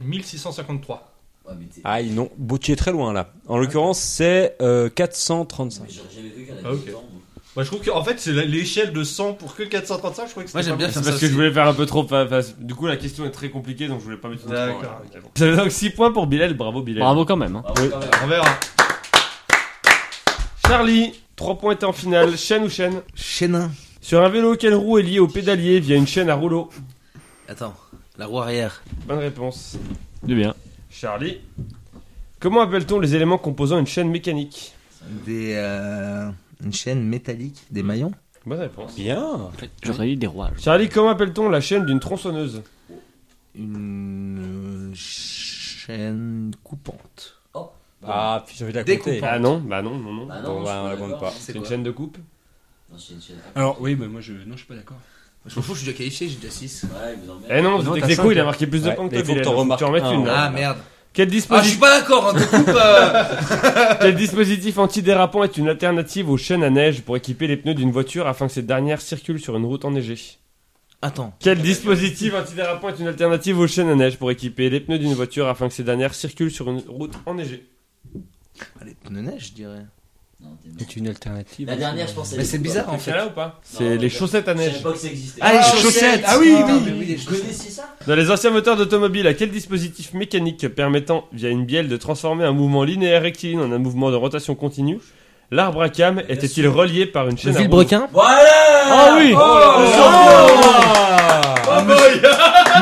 S2: 1653.
S7: Aïe non, Bon, tu es très loin là. En l'occurrence, c'est euh, 435.
S2: Ah, ok. Bah, je trouve qu'en fait, c'est la- l'échelle de 100 pour que 435. Je crois que c'était
S5: Moi, j'aime
S2: pas
S5: bien
S1: C'est
S5: faire
S1: parce que
S5: ça.
S1: je
S5: aussi.
S1: voulais faire un peu trop. fa- face. Du coup, la question est très compliquée, donc je voulais pas mettre trop.
S2: D'accord.
S1: voilà, ok, bon. Ça fait donc 6 points pour Bilal, bravo Bilal.
S4: Bravo quand même. hein.
S8: Ah
S2: bon. On verra.
S1: Charlie, 3 points étaient en finale, chaîne ou chaîne
S5: Chénin.
S1: Sur un vélo, quelle roue est liée au pédalier via une chaîne à rouleau
S5: Attends. La roue arrière.
S1: Bonne réponse.
S4: De bien.
S1: Charlie, comment appelle-t-on les éléments composant une chaîne mécanique
S5: Des. euh, Une chaîne métallique. Des maillons.
S1: Bonne réponse.
S7: Bien.
S4: J'aurais eu des rouages.
S1: Charlie, comment appelle-t-on la chaîne d'une tronçonneuse
S5: Une. euh, chaîne coupante.
S7: Ah, puis j'avais de la
S5: Des
S7: compter.
S5: coupons.
S1: Ah non, bah non, non, non.
S7: Bon, bah, on la compte pas. Ah
S1: C'est une chaîne de coupe
S6: Alors, oui.
S3: mais moi je. Non, je suis pas d'accord.
S5: Je m'en fous, je suis déjà qualifié, j'ai déjà 6.
S8: Ah
S1: Eh non, vous
S7: Non,
S1: êtes
S7: t'as
S1: ex aequo,
S7: cinq,
S1: il a marqué plus de
S7: Ouais,
S1: points que
S7: mais
S1: toi,
S7: il faut que
S1: Bilal.
S7: t'en remarques
S1: Tu en mettes
S7: un,
S1: une.
S7: ouais.
S1: là.
S5: Ah merde.
S1: Quel
S5: Ah, je suis
S1: dispositif,
S5: pas d'accord, hein, te coupe. euh.
S1: quel dispositif antidérapant est une alternative aux chaînes à neige pour équiper les pneus d'une voiture afin que cette dernière circule sur une route enneigée
S5: Attends.
S1: Quel dispositif antidérapant est une alternative aux chaînes à neige pour équiper les pneus d'une voiture afin que ces dernières circulent sur une route enneigée
S5: Allez, pneus neige, je dirais.
S8: Non, dis non.
S9: C'est une alternative.
S8: La dernière, je pense. elle
S5: Mais
S8: est
S5: c'est
S8: plus
S5: bizarre
S8: bonne.
S5: en fait.
S1: là ou pas
S8: Non,
S1: C'est les
S8: mais-
S1: chaussettes à
S8: Je savais
S1: neige.
S8: pas que ça existait.
S5: Ah, les
S8: Ah,
S5: chaussettes. Ah oui,
S8: oui,
S5: oui, oui, les
S8: Vous
S5: chaussettes.
S8: connaissez ça
S1: Dans les anciens moteurs d'automobile, à quel dispositif mécanique permettant, via une bielle, de transformer un mouvement linéaire rectiligne en un mouvement de rotation continue L'arbre à cam était-il relié par une
S9: Le
S1: chaîne à rouleau
S9: vilebrequin
S8: Voilà
S1: Ah oui
S7: Oh,
S1: oh,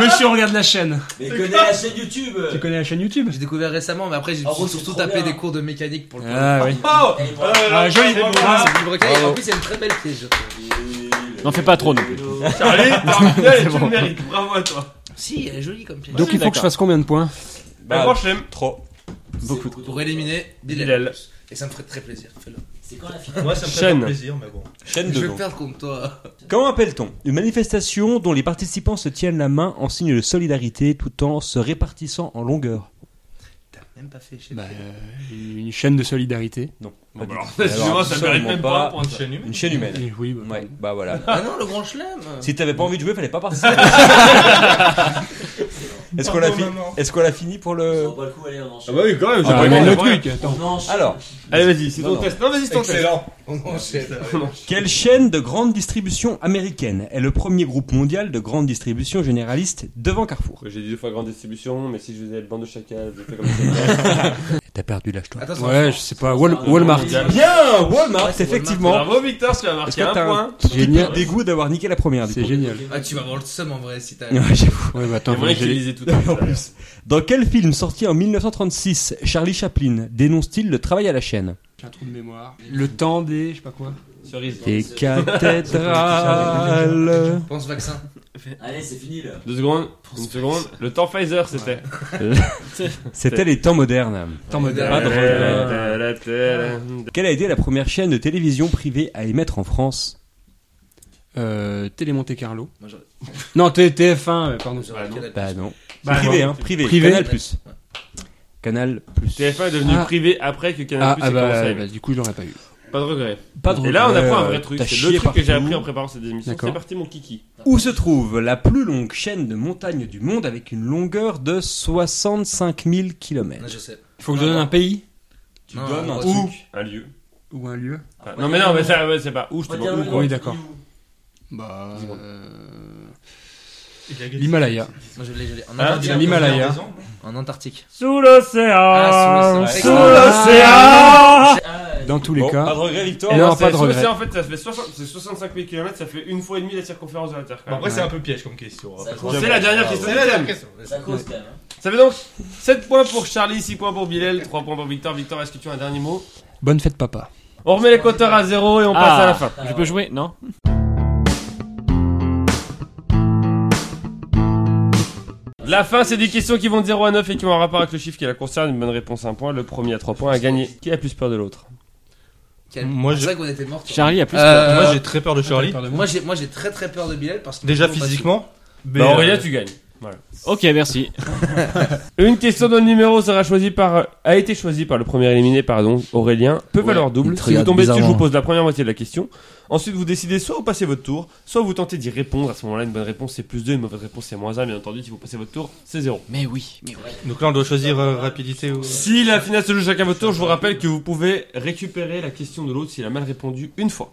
S3: Monsieur regarde la chaîne.
S8: Mais connais la chaîne YouTube
S3: Tu connais la chaîne YouTube
S5: J'ai découvert récemment, mais après j'ai
S8: En gros, c'est
S5: surtout
S8: trop
S5: tapé
S8: bien.
S5: des cours de mécanique pour le coup.
S3: Ah
S7: Oh
S3: oui.
S8: Elle est pas-
S3: Ah, joli.
S5: Ah, c'est du brequin, et
S8: Bravo.
S5: en plus, c'est une très belle piège.
S1: oh.
S4: N'en fais pas trop non plus.
S1: Charlie, terminal, tu le mérites, Bah, bravo à toi
S5: Si, elle est jolie comme piège.
S3: Donc il faut que je fasse combien de points
S1: Bah, franchement,
S7: Trop.
S4: Beaucoup de
S5: pour éliminer Bilal.
S1: Bilal.
S5: Et ça me ferait très plaisir. Fais-le.
S8: C'est quand la finale
S2: euh,
S6: Moi, ça me fait
S1: Chaîne.
S6: pas plaisir, mais bon.
S7: Chaîne
S5: Je
S7: de
S5: vais perdre contre toi.
S7: Comment appelle-t-on une manifestation dont les participants se tiennent la main en signe de solidarité tout en se répartissant en longueur
S5: T'as même pas fait chez
S3: Bah, une chaîne de solidarité.
S1: excusez-moi, ça mérite
S7: absolument
S1: même pas un
S7: pas.
S1: point. ça.
S6: Chaîne humaine.
S7: Une chaîne humaine.
S3: Oui, bah.
S7: Ouais, bah voilà.
S5: Ah non, le grand chelem
S7: Si t'avais pas envie de jouer, fallait pas participer. Est-ce qu'on l'a fini Est-ce qu'on l'a fini pour
S8: Ça
S7: le
S8: vaut pas le coup, allez, on enchaîne.
S1: Ah bah oui, quand même, j'ai
S3: Ah,
S1: pas
S3: mais
S1: eu
S3: le
S1: le
S3: truc, attends.
S8: On enchaîne.
S7: Alors,
S1: Allez, vas-y, c'est
S7: Non,
S1: ton
S7: non.
S1: test. Non, vas-y, c'est ton test.
S6: Excellent.
S5: On enchaîne.
S7: quelle chaîne de grande distribution américaine est le premier groupe mondial de grande distribution généraliste devant Carrefour
S1: J'ai dit deux fois grande distribution, mais si je faisais le banc de chacal, je fais comme ça.
S7: T'as perdu l'âge toi.
S5: Attends, c'est
S3: Ouais, je sais pas. Wal- Walmart.
S7: Bien, Walmart,
S5: Ouais, c'est
S7: effectivement.
S1: Bravo Victor, tu as
S3: Est-ce
S1: marqué
S3: que
S1: un
S3: t'as
S1: point.
S3: un
S7: Génial.
S3: génial
S7: Dégoût d'avoir niqué la première. du
S3: C'est
S7: coup.
S3: génial.
S5: Ah, tu vas avoir le seum en vrai si t'as.
S7: Ouais, j'avoue.
S3: Ouais, bah
S1: Il y
S3: attends,
S1: a moyen
S3: j'ai-
S1: qu'il lisait tout à
S7: En
S1: l'heure.
S7: plus. Dans quel film sorti en 1936, Charlie Chaplin dénonce-t-il le travail à la chaîne
S3: j'ai un trou de mémoire. Le temps des, je sais pas quoi.
S1: Cerise.
S7: Et cathédrale.
S5: Pense vaccin.
S8: Allez, c'est fini là.
S1: Deux secondes, une seconde. Le temps Pfizer, c'était.
S7: C'était les temps modernes.
S3: Temps moderne.
S7: Pas de-
S1: drôle.
S7: Quelle a été la première chaîne de télévision privée à émettre en France
S3: Euh, Télé Monte Carlo.
S5: Moi, j'aurais-
S3: Non, T- TF1, euh, pardon.
S5: j'aurais que dalle.
S7: Bah non.
S1: Bah,
S7: privé,
S1: non.
S7: hein, privé.
S3: Privé.
S7: Canal Plus. Canal Plus.
S1: TF1 est devenu
S3: Ah.
S1: privé après que Canal
S3: Ah,
S1: Plus
S3: ah
S1: est
S3: bah,
S1: commencé.
S3: bah, du coup, je l'aurais pas eu.
S1: Pas de regret.
S7: Pas de
S1: Et là, on
S7: regret,
S1: apprend un
S7: euh,
S1: vrai truc.
S7: t'as
S1: C'est
S7: chié
S1: le truc que j'ai
S7: partout.
S1: appris en préparant cette émission.
S3: D'accord.
S1: C'est parti, mon kiki.
S7: Où se trouve la plus longue chaîne de montagnes du monde avec une longueur de 65 000
S5: Non,
S7: km
S5: je sais.
S3: Il faut que je donne un pays
S5: Tu
S7: donnes un
S1: Où Un lieu.
S3: ou un lieu.
S1: Enfin, Ah, Non, mais non, mais ça, ouais, c'est pas où je te
S8: Faut
S1: demande
S8: dire
S1: où,
S8: le
S1: quoi.
S8: nom.
S3: Oui, d'accord. Bah. euh, L'Himalaya.
S5: Moi je l'ai, je l'ai. En
S1: Ah,
S5: Antarctique.
S3: l'Himalaya.
S5: En Antarctique.
S1: Sous l'océan.
S5: Ah, sous l'océan.
S1: l'océan.
S8: Ah
S3: Dans tous les
S7: Bon,
S3: cas.
S7: Pas de regret, Victor.
S3: Et
S1: Non,
S3: non, pas de
S1: sous
S3: regret.
S1: l'océan, en fait, ça fait 60 c'est 65 000 km, ça fait une fois et demie la circonférence de la Terre. quand
S6: Bon,
S1: même.
S6: Après, c'est un peu piège comme
S2: hein,
S6: question.
S8: Ça compte.
S1: C'est la
S7: Ah,
S1: dernière question.
S6: C'est
S1: du thème.
S8: Ça cause quand même. hein.
S1: Ça fait donc 7 points pour Charlie, 6 points pour Bilal, 3 points pour Victor. Victor, est-ce que tu as un dernier mot
S3: Bonne fête, papa.
S1: On remet les compteurs à zéro et on passe à la fin.
S8: Alors,
S4: Ah. Je peux jouer Non
S1: La fin, c'est des questions qui vont de 0 à 9 et qui ont un rapport avec le chiffre qui la concerne. Une bonne réponse, un point. Le premier à 3 points à gagner. Qui a plus peur de l'autre
S5: Quel-
S2: Moi,
S5: C'est
S2: je-
S5: vrai qu'on était morts. toi.
S4: Charlie a plus.
S5: Euh,
S2: Moi, j'ai très peur de Charlie.
S5: Moi j'ai, moi j'ai très très peur de Bilal parce que
S2: Déjà physiquement. mais,
S1: Bah, Aurélien,
S2: euh,
S1: tu gagnes. euh,
S4: Ok, merci.
S1: Une question dont le numéro sera choisi par, a été choisi par le premier éliminé, pardon, Aurélien, peut valoir
S9: il
S1: double.
S9: te
S1: Si vous
S9: regarde
S1: tombez dessus, je vous
S9: bizarrement.
S1: pose la première moitié de la question. Ensuite, vous décidez soit vous passez votre tour, soit vous tentez d'y répondre. À ce moment-là, une bonne réponse c'est plus 2, une mauvaise réponse c'est moins 1. Bien entendu, si vous passez votre tour, c'est 0.
S4: Mais oui, mais oui.
S2: Donc là, on doit choisir euh, rapidité ou.
S1: Si la finale se joue chacun votre tour, je vous rappelle que vous pouvez récupérer la question de l'autre s'il a mal répondu une fois.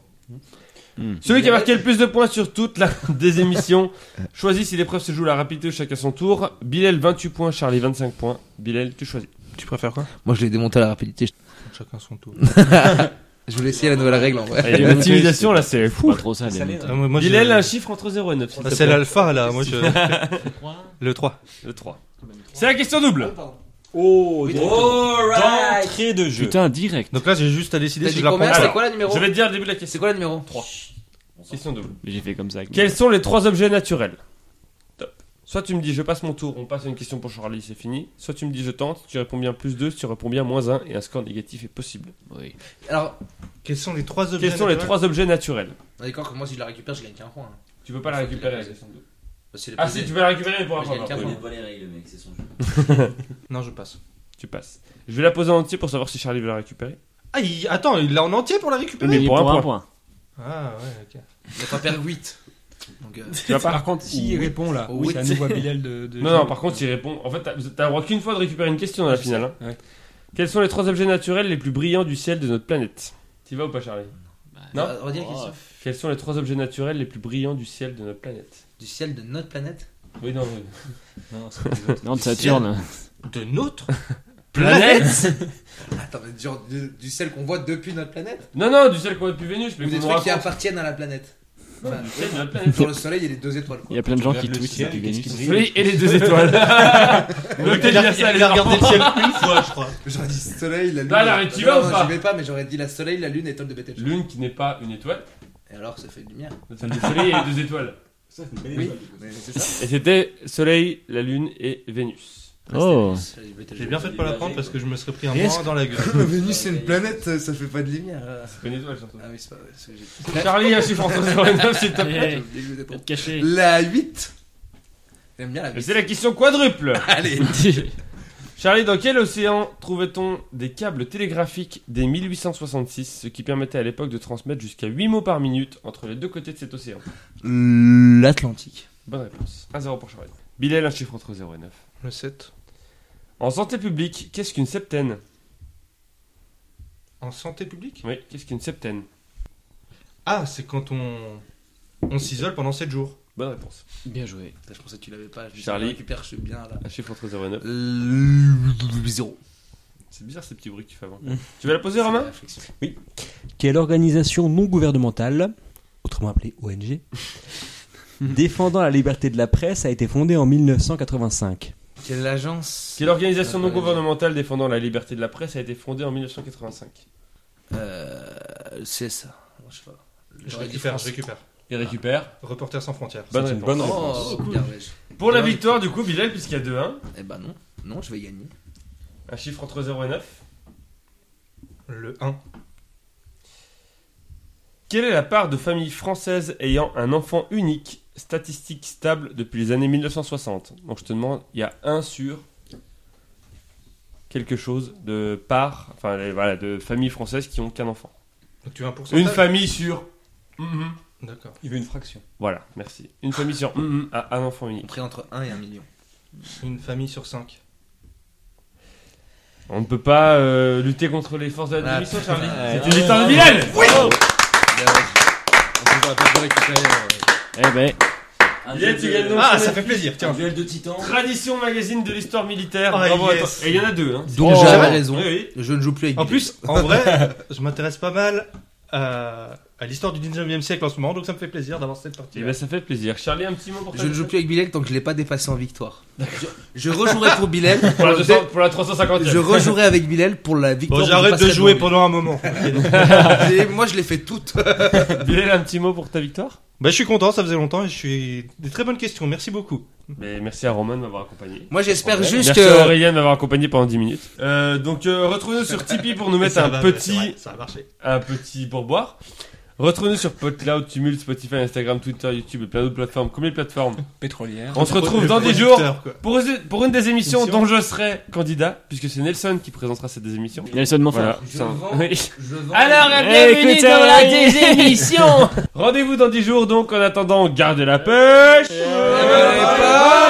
S4: Hmm.
S1: Celui qui a marqué le plus de points sur toute la des émissions choisit si l'épreuve se joue à la rapidité ou chacun son tour. Bilal 28 points, Charlie 25 points. Bilal, tu choisis.
S2: Tu préfères quoi
S5: Moi je l'ai démonté à la rapidité.
S2: Chacun son tour.
S5: Je voulais essayer la nouvelle règle en vrai.
S1: Allez, L'optimisation là, c'est fou.
S4: Pas trop ça, les
S2: Ah, moi, moi, j'ai-
S1: Bilal, un chiffre entre 0 et 9. s'il
S2: Ah,
S1: te
S2: c'est
S1: plaît.
S2: l'alpha là, moi je. Le 3.
S1: Le 3. C'est la question double.
S7: Oh,
S8: Alright
S7: d'entrée de jeu.
S4: Putain, direct.
S2: Donc là, j'ai juste à décider
S5: T'as
S2: si
S5: dit
S2: je la prends.
S5: combien
S1: pas.
S5: C'est quoi la numéro
S1: Je vais te dire le début de la
S5: C'est
S1: question.
S5: quoi la numéro 3
S1: Question double.
S4: J'ai fait comme ça. avec
S1: Quels sont les trois objets naturels Top. Soit tu me dis je passe mon tour, on passe à une question pour Charlie, c'est fini. Soit tu me dis je tente, tu réponds bien plus 2, tu réponds bien moins 1 et un score négatif est possible.
S4: moi. Oui.
S5: Alors,
S2: Quels sont les trois objets
S1: Quels sont les
S2: naturels
S1: trois objets naturels
S5: on est d'accord que moi si je la récupère, je gagne qu'un point. hein.
S1: Tu peux pas la récupérer la question double.
S5: Bah, c'est les
S1: Ah
S5: plus-
S1: si, tu peux la récupérer mais pour
S5: Moi, je
S1: après.
S5: gagne
S1: avoir
S5: quatre
S8: Il
S1: perdu.
S8: connaît pas les règles, mec, c'est son jeu.
S2: Non, je passe.
S1: Tu passes. Je vais la poser en entier pour savoir si Charlie veut la récupérer.
S2: Ah, il... attends, il l'a en entier pour la récupérer
S1: Mais
S4: Et
S1: pour un point.
S2: Ah, ouais, ok.
S5: Il va pas perdre 8. Donc, euh,
S1: Tu vas pas
S3: Par contre, s'il
S1: Ou-
S3: répond là,
S5: Ou-
S3: c'est à nouveau à Bilal de. de-
S1: Non, non, par contre, il répond. En fait, t'as- t'as le droit qu'une fois de récupérer une question dans la finale. hein.
S3: Ouais.
S1: Quels sont les trois objets naturels les plus brillants du ciel de notre planète T'y vas ou pas, Charlie Non.
S5: Non, redis la question.
S1: Quels sont les trois objets naturels les plus brillants du ciel de notre planète
S5: Du ciel de notre planète
S1: Oui, non, oui.
S4: Non, de Saturne.
S2: De notre
S1: Planète
S5: Attends, mais genre du, du ciel qu'on voit depuis notre planète
S1: Non, non, du ciel qu'on a depuis Vénus, mais
S5: Ou des
S1: qu'on
S5: trucs
S1: aura
S5: qui appartiennent à la planète Enfin,
S1: du ciel de notre planète.
S5: Sur le soleil, il y a les deux étoiles.
S4: Il
S5: Quoi.
S4: y a plein de gens qui
S6: Regarde le
S4: tweetent
S6: ciel,
S4: depuis
S6: qu'est-ce
S4: Vénus.
S6: qui brille
S1: Oui, et les deux étoiles. Donc, t'es bien ça, les
S6: regardé le
S1: enfants.
S6: ciel une fois, je crois.
S5: J'aurais dit soleil, la lune.
S1: Bah, là, mais tu
S5: Non,
S1: vas ou
S5: non,
S1: pas
S5: J'y vais pas, mais j'aurais dit la soleil, la lune, étoile de Bethesda.
S1: Lune qui n'est pas une étoile,
S5: Et alors, ça fait une lumière.
S1: le soleil et les deux étoiles.
S5: Oui, mais c'est ça.
S1: Et c'était Soleil, la Lune et Vénus.
S4: Oh.
S2: J'ai bien fait de pas la prendre parce que je me serais pris un point dans la gueule.
S5: Vénus, c'est une planète, ça fait pas de lumière.
S1: C'est pas une étoile, surtout.
S5: Ah oui, c'est pas vrai. c'est que j'ai-
S1: Charlie, je suis François Sorena, s'il te plaît.
S5: j'ai oublié que vous êtes
S4: Peut-être
S5: pour-
S4: caché.
S5: La 8 J'aime bien la
S1: Mais
S5: 8.
S1: c'est la question quadruple.
S5: Allez
S1: Charlie, dans quel océan trouvait-on des câbles télégraphiques dès 1866, ce qui permettait à l'époque de transmettre jusqu'à 8 mots par minute entre les deux côtés de cet océan
S3: L'Atlantique.
S1: Bonne réponse. 1-0 pour Charlie. Bilal, un chiffre entre 0 et 9.
S2: Le 7.
S1: En santé publique, qu'est-ce qu'une septaine
S2: En santé publique
S1: Oui, qu'est-ce qu'une septaine
S2: Ah, c'est quand on, on s'isole pendant 7 jours.
S1: Bonne réponse.
S4: Bien joué.
S5: Putain, Je pensais que tu l'avais pas. Je
S1: Charlie.
S5: Je récupère, je suis bien là.
S1: Un chiffre entre 0 et 9.
S5: Le 0.
S1: C'est bizarre ces petits bruits que tu fais avant.
S6: Mm.
S1: tu vas la poser, Romain
S6: Quelle organisation non gouvernementale, autrement appelée ONG, défendant la liberté de la presse, a été fondée en 1985
S5: Quelle agence
S1: Quelle organisation non gouvernementale défendant la liberté de la presse a été fondée en 1985
S5: Euh. Le CSA. Non, Je sais pas.
S2: Je
S5: J'aurais dit
S2: récupère,
S5: France.
S2: je récupère.
S1: Et récupère.
S2: Reporter sans frontières.
S1: Bonne
S6: C'est une
S1: réponse.
S6: bonne réponse.
S5: Oh, bien, ouais, je-
S1: Pour la victoire, du coup, Bilal, puisqu'il y a 2-1.
S5: Eh ben non. Non, je vais gagner.
S1: Un chiffre entre 0 et 9.
S2: Le 1.
S1: Quelle est la part de familles françaises ayant un enfant unique, statistique stable depuis les années 1960 Donc je te demande, il y a 1 sur quelque chose de part, enfin les- voilà, de familles françaises qui ont qu'un enfant.
S2: Donc tu veux un pourcentage
S1: Une famille sur. Mhm.
S2: D'accord.
S3: Il veut une fraction.
S1: Voilà, merci. Une famille sur mhm a un enfant unique.
S5: Compris entre 1 et 1 million.
S2: Une famille sur 5.
S1: On ne peut pas euh, lutter contre les forces de la
S5: Ah,
S1: démission, Charlie.
S5: putain,
S1: C'était une victoire de Bilal
S5: Bien, ouais, je- On peut pas- pas récupérer. euh,
S4: Eh ben,
S1: Yann, tu gagnes donc
S2: Ah,
S1: ce
S2: ça
S1: match.
S2: fait plaisir,
S6: Un
S2: tiens.
S6: duel de titans.
S1: Tradition magazine de l'histoire militaire.
S2: Ah,
S1: Bravo à
S2: yes.
S1: toi. Et il y en a deux. Hein.
S5: Donc
S2: Oh.
S5: j'avais raison.
S1: Oui, oui.
S5: Je ne joue plus avec
S2: En
S5: Bilal.
S2: plus, en vrai, je m'intéresse pas mal à, à l'histoire du 19e siècle en ce moment, donc ça me fait plaisir d'avoir cette partie.
S1: Eh ben, ça fait plaisir. Charlie, un petit mot pour toi.
S5: Je ne joue plus avec Bilal tant que je l'ai pas dépassé en victoire. Je, je rejouerai pour Bilal.
S1: Pour la, 200 pour la
S5: Je
S1: 350e.
S5: rejouerai avec Bilal pour la victoire.
S2: Bon,
S5: que je
S2: j'arrête de
S5: passerai
S2: jouer
S5: devant
S2: pendant un moment.
S5: lui. Et Moi, je l'ai fait toutes.
S1: Bilal, un petit mot pour ta victoire.
S2: bah, je suis content, ça faisait longtemps et je suis. Des très bonnes questions, merci beaucoup.
S1: Mais merci à Roman de m'avoir accompagné.
S5: Moi, j'espère juste
S1: Merci
S7: euh,
S5: que.
S1: à Aurélien de m'avoir accompagné pendant 10 minutes. Euh, donc euh, retrouvez-nous sur Tipeee pour nous mettre
S2: Ça
S1: un
S2: va, c'est
S1: petit,
S2: vrai, Ça a marché.
S1: un petit pourboire. Retrouvez-nous sur PodCloud, Tumult, Spotify, Instagram, Twitter, YouTube et plein d'autres plateformes. Combien de plateformes
S3: Pétrolière.
S1: On se retrouve
S2: Le
S1: dans 10 jours
S2: producteur, quoi.
S1: pour, pour une des émissions
S2: Émission.
S1: dont je serai candidat, puisque c'est Nelson qui présentera cette des émissions.
S4: Nelson Montfort.
S1: Voilà. ça- Oui.
S4: Alors, bienvenue dans la
S1: Rendez-vous dans 10 jours, donc en attendant, gardez la pêche
S5: pas